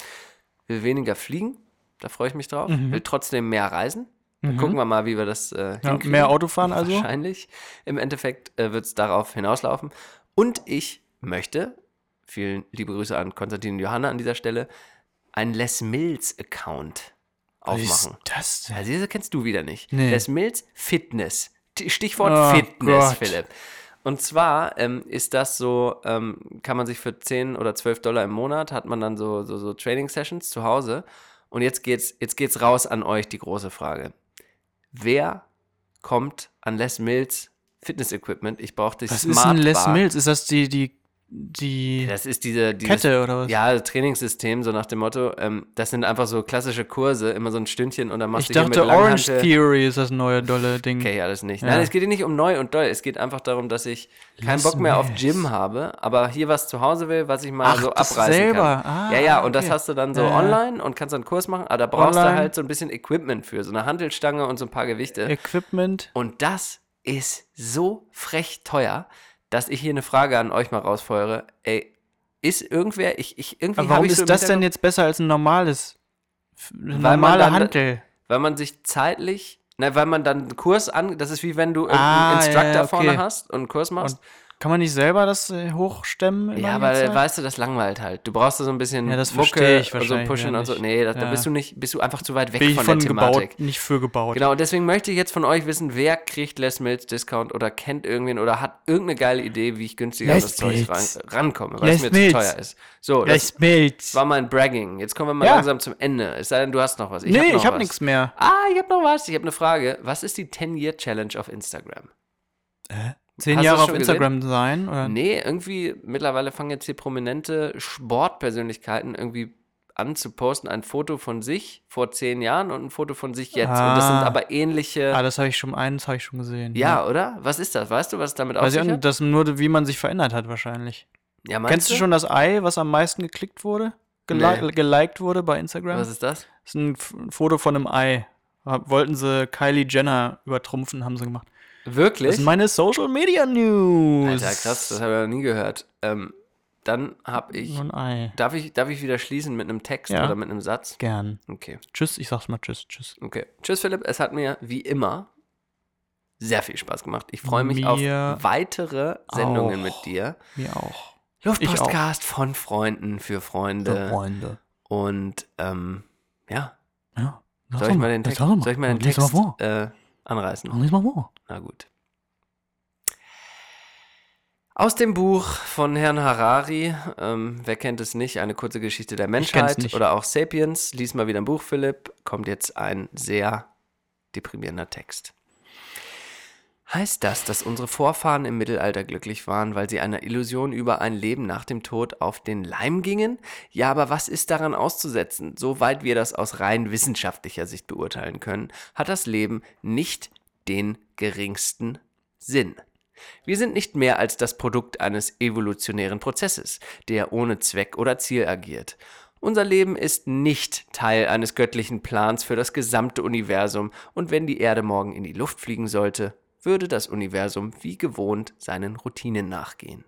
[SPEAKER 3] Will weniger fliegen, da freue ich mich drauf. Will trotzdem mehr reisen. Dann gucken wir mal, wie wir das äh,
[SPEAKER 2] Mhm. ja,
[SPEAKER 3] hinkriegen.
[SPEAKER 2] mehr Autofahren also.
[SPEAKER 3] Wahrscheinlich. Im Endeffekt äh, wird es darauf hinauslaufen. Und ich möchte, vielen liebe Grüße an Konstantin und Johanna an dieser Stelle, einen Les Mills-Account
[SPEAKER 2] Was ist
[SPEAKER 3] aufmachen.
[SPEAKER 2] das denn?
[SPEAKER 3] Also diese kennst du wieder nicht.
[SPEAKER 2] Nee.
[SPEAKER 3] Les Mills Fitness. T- Stichwort
[SPEAKER 2] Oh
[SPEAKER 3] Fitness,
[SPEAKER 2] Gott.
[SPEAKER 3] Philipp. Und zwar ähm, ist das so, ähm, kann man sich für 10 oder 12 Dollar im Monat, hat man dann so, so, so Training-Sessions zu Hause. Und jetzt geht's, jetzt geht's raus an euch, die große Frage. Wer kommt an Les Mills Fitness Equipment? Ich brauche dich
[SPEAKER 2] Was
[SPEAKER 3] Smart
[SPEAKER 2] ist denn Les
[SPEAKER 3] Bar.
[SPEAKER 2] Mills? Ist das die, die, die
[SPEAKER 3] Das ist diese, dieses,
[SPEAKER 2] Kette oder was?
[SPEAKER 3] Ja, Trainingssystem, so nach dem Motto. Ähm, das sind einfach so klassische Kurse, immer so ein Stündchen und dann
[SPEAKER 2] ich
[SPEAKER 3] machst du hier mit
[SPEAKER 2] dachte, Orange
[SPEAKER 3] Langhantel-
[SPEAKER 2] Theory ist das neue dolle Ding.
[SPEAKER 3] Okay, ja, das nicht.
[SPEAKER 2] Ja.
[SPEAKER 3] Nein, es geht hier nicht um neu und doll. Es geht einfach darum, dass ich keinen
[SPEAKER 2] Lass
[SPEAKER 3] Bock mehr auf
[SPEAKER 2] mir's.
[SPEAKER 3] Gym habe, aber hier was zu Hause will, was ich mal
[SPEAKER 2] Ach,
[SPEAKER 3] so
[SPEAKER 2] das
[SPEAKER 3] abreißen
[SPEAKER 2] selber.
[SPEAKER 3] kann.
[SPEAKER 2] Ah,
[SPEAKER 3] ja, ja, und das
[SPEAKER 2] okay.
[SPEAKER 3] hast du dann so
[SPEAKER 2] Ja, ja.
[SPEAKER 3] online und kannst dann einen Kurs machen, aber da brauchst du
[SPEAKER 2] Online.
[SPEAKER 3] halt so ein bisschen Equipment für, so eine Handelstange und so ein paar Gewichte.
[SPEAKER 2] Equipment.
[SPEAKER 3] Und das ist so frech teuer, dass ich hier eine Frage an euch mal rausfeuere. Ey, ist irgendwer, ich, ich irgendwie
[SPEAKER 2] Aber
[SPEAKER 3] hab
[SPEAKER 2] warum
[SPEAKER 3] ich so im
[SPEAKER 2] ist das denn
[SPEAKER 3] Hinterkopf-
[SPEAKER 2] jetzt besser als ein normales,
[SPEAKER 3] man
[SPEAKER 2] normale
[SPEAKER 3] dann-
[SPEAKER 2] Hantel?
[SPEAKER 3] Weil man sich zeitlich, nein, weil man dann einen Kurs an, das ist wie wenn du
[SPEAKER 2] Ah,
[SPEAKER 3] einen Instructor
[SPEAKER 2] ja, ja,
[SPEAKER 3] vorne
[SPEAKER 2] okay.
[SPEAKER 3] hast und einen Kurs machst.
[SPEAKER 2] Und kann man nicht selber das äh, hochstemmen? in
[SPEAKER 3] ja,
[SPEAKER 2] langer
[SPEAKER 3] aber
[SPEAKER 2] Zeit?
[SPEAKER 3] weißt du, das langweilt halt. Du brauchst da so ein bisschen
[SPEAKER 2] Ja, das
[SPEAKER 3] Mucke
[SPEAKER 2] versteh ich
[SPEAKER 3] und so
[SPEAKER 2] wahrscheinlich
[SPEAKER 3] Pushen
[SPEAKER 2] ja
[SPEAKER 3] und so.
[SPEAKER 2] nicht.
[SPEAKER 3] Nee, da, da
[SPEAKER 2] Ja.
[SPEAKER 3] bist du nicht, bist du einfach zu weit weg
[SPEAKER 2] bin ich
[SPEAKER 3] von,
[SPEAKER 2] von,
[SPEAKER 3] der Thematik.
[SPEAKER 2] gebaut, nicht für gebaut.
[SPEAKER 3] Genau, und deswegen möchte ich jetzt von euch wissen, wer kriegt Les Mills Discount oder kennt irgendwen oder hat irgendeine geile Idee, wie ich günstiger an
[SPEAKER 2] Les
[SPEAKER 3] das Zeug ran,
[SPEAKER 2] Mills.
[SPEAKER 3] rankomme, weil es
[SPEAKER 2] Les
[SPEAKER 3] mir
[SPEAKER 2] Mills.
[SPEAKER 3] zu teuer ist. So, das
[SPEAKER 2] Les Mills.
[SPEAKER 3] war mein Bragging. Jetzt kommen wir mal
[SPEAKER 2] Ja.
[SPEAKER 3] langsam zum Ende. Es sei denn, du hast noch was.
[SPEAKER 2] nee,
[SPEAKER 3] noch
[SPEAKER 2] ich habe
[SPEAKER 3] was.
[SPEAKER 2] nichts mehr.
[SPEAKER 3] Ah, ich habe noch was. Ich habe eine Frage. Was ist die 10-Year-Challenge auf Instagram?
[SPEAKER 2] Zehn
[SPEAKER 3] Hast du
[SPEAKER 2] Jahre
[SPEAKER 3] das
[SPEAKER 2] auf
[SPEAKER 3] schon
[SPEAKER 2] Instagram sein? Oder?
[SPEAKER 3] Nee, irgendwie mittlerweile fangen jetzt hier prominente Sportpersönlichkeiten irgendwie an zu posten. Ein Foto von sich vor zehn Jahren und ein Foto von sich jetzt. Und das sind
[SPEAKER 2] Ah.
[SPEAKER 3] aber ähnliche.
[SPEAKER 2] Ah, das habe ich schon, eins habe ich schon gesehen.
[SPEAKER 3] ja, oder? Was ist das? Weißt du, was es damit auf
[SPEAKER 2] Weiß ich
[SPEAKER 3] sich
[SPEAKER 2] auch nicht,
[SPEAKER 3] hat?
[SPEAKER 2] das nur, wie man sich verändert hat wahrscheinlich.
[SPEAKER 3] Ja, meinst
[SPEAKER 2] Kennst du schon das Ei, was am meisten geklickt wurde? Geli
[SPEAKER 3] Nee.
[SPEAKER 2] Geliked wurde bei Instagram?
[SPEAKER 3] Was ist das?
[SPEAKER 2] Das ist ein F- ein Foto von einem Ei. Hab- Wollten sie Kylie Jenner übertrumpfen, haben sie gemacht. Das
[SPEAKER 3] Wirklich?
[SPEAKER 2] sind meine Social Media News.
[SPEAKER 3] Alter, krass, das habe ich noch nie gehört. Ähm, dann habe ich.
[SPEAKER 2] So ein Ei.
[SPEAKER 3] Darf ich, darf ich wieder schließen mit einem Text
[SPEAKER 2] Ja.
[SPEAKER 3] oder mit einem Satz?
[SPEAKER 2] Gern.
[SPEAKER 3] Okay.
[SPEAKER 2] Tschüss, ich sag's mal tschüss, tschüss.
[SPEAKER 3] Okay. Tschüss, Philipp. Es hat mir wie immer sehr viel Spaß gemacht. Ich freue mich
[SPEAKER 2] Mir
[SPEAKER 3] auf weitere Sendungen
[SPEAKER 2] auch.
[SPEAKER 3] mit dir.
[SPEAKER 2] Mir auch.
[SPEAKER 3] Luftpostcast von Freunden
[SPEAKER 2] Für
[SPEAKER 3] für Freunde.
[SPEAKER 2] Freunde. Und
[SPEAKER 3] Und ähm, ja,
[SPEAKER 2] ja. Sag
[SPEAKER 3] soll
[SPEAKER 2] doch
[SPEAKER 3] ich mal den Text,
[SPEAKER 2] sag doch
[SPEAKER 3] soll ich mal den
[SPEAKER 2] Lies
[SPEAKER 3] Text
[SPEAKER 2] Mal vor.
[SPEAKER 3] äh, anreißen?
[SPEAKER 2] Lies mal vor.
[SPEAKER 3] Na gut. Aus dem Buch von Herrn Harari, ähm, wer kennt es nicht, eine kurze Geschichte der Menschheit
[SPEAKER 2] nicht.
[SPEAKER 3] oder auch Sapiens, lies mal wieder ein Buch, Philipp, kommt jetzt ein sehr deprimierender Text. Heißt das, dass unsere Vorfahren im Mittelalter glücklich waren, weil sie einer Illusion über ein Leben nach dem Tod auf den Leim gingen? Ja, aber was ist daran auszusetzen? Soweit wir das aus rein wissenschaftlicher Sicht beurteilen können, hat das Leben nicht den geringsten Sinn. Wir sind nicht mehr als das Produkt eines evolutionären Prozesses, der ohne Zweck oder Ziel agiert. Unser Leben ist nicht Teil eines göttlichen Plans für das gesamte Universum und wenn die Erde morgen in die Luft fliegen sollte, würde das Universum wie gewohnt seinen Routinen nachgehen.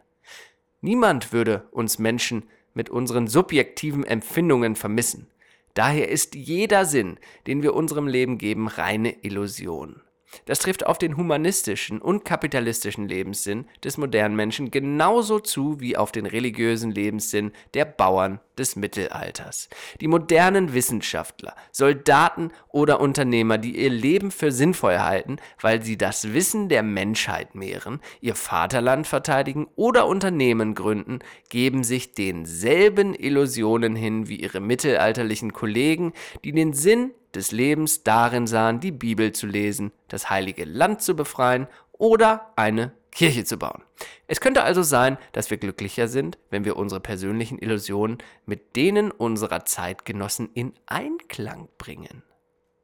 [SPEAKER 3] Niemand würde uns Menschen mit unseren subjektiven Empfindungen vermissen. Daher ist jeder Sinn, den wir unserem Leben geben, reine Illusion. Das trifft auf den humanistischen und kapitalistischen Lebenssinn des modernen Menschen genauso zu wie auf den religiösen Lebenssinn der Bauern des Mittelalters. Die modernen Wissenschaftler, Soldaten oder Unternehmer, die ihr Leben für sinnvoll halten, weil sie das Wissen der Menschheit mehren, ihr Vaterland verteidigen oder Unternehmen gründen, geben sich denselben Illusionen hin wie ihre mittelalterlichen Kollegen, die den Sinn des Lebens darin sahen, die Bibel zu lesen, das heilige Land zu befreien oder eine Kirche zu bauen. Es könnte also sein, dass wir glücklicher sind, wenn wir unsere persönlichen Illusionen mit denen unserer Zeitgenossen in Einklang bringen.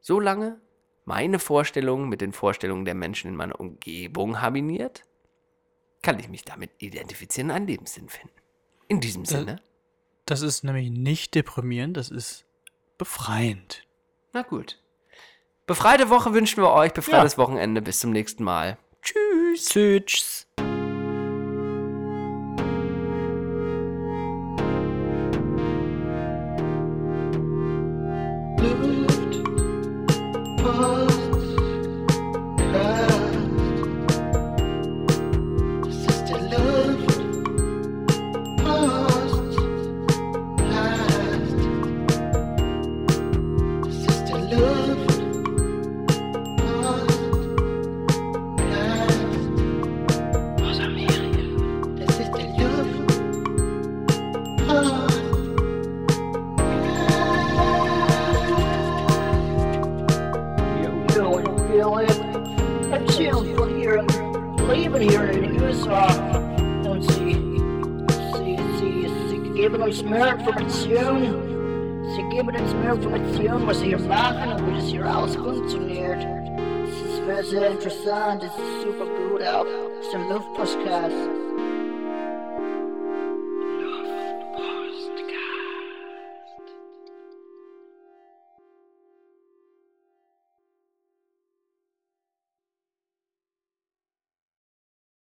[SPEAKER 3] Solange meine Vorstellungen mit den Vorstellungen der Menschen in meiner Umgebung harmoniert, kann ich mich damit identifizieren und einen Lebenssinn finden. In diesem Sinne,
[SPEAKER 2] Das ist nämlich nicht deprimierend, das ist befreiend.
[SPEAKER 3] na gut. Befreite Woche wünschen wir euch, befreites Wochenende, bis zum nächsten Mal. Tschüss. Tschüss.
[SPEAKER 1] Luft, Post, Kraft. Das ist der Luft, Post, Kraft. Das ist der Luft, Post, Kraft. Aus Amerika. Das ist der Luft, Post. you go and feel it. A chill from here, leaving here in Utah. Don't see, see, see, see, giving them smear from its own. Sie geben uns mehr von Beziehung, was ihr machen und wie das hier alles funktioniert. Es ist sehr, sehr interessant, es ist super gut auch. Es ist der Luftpostcast.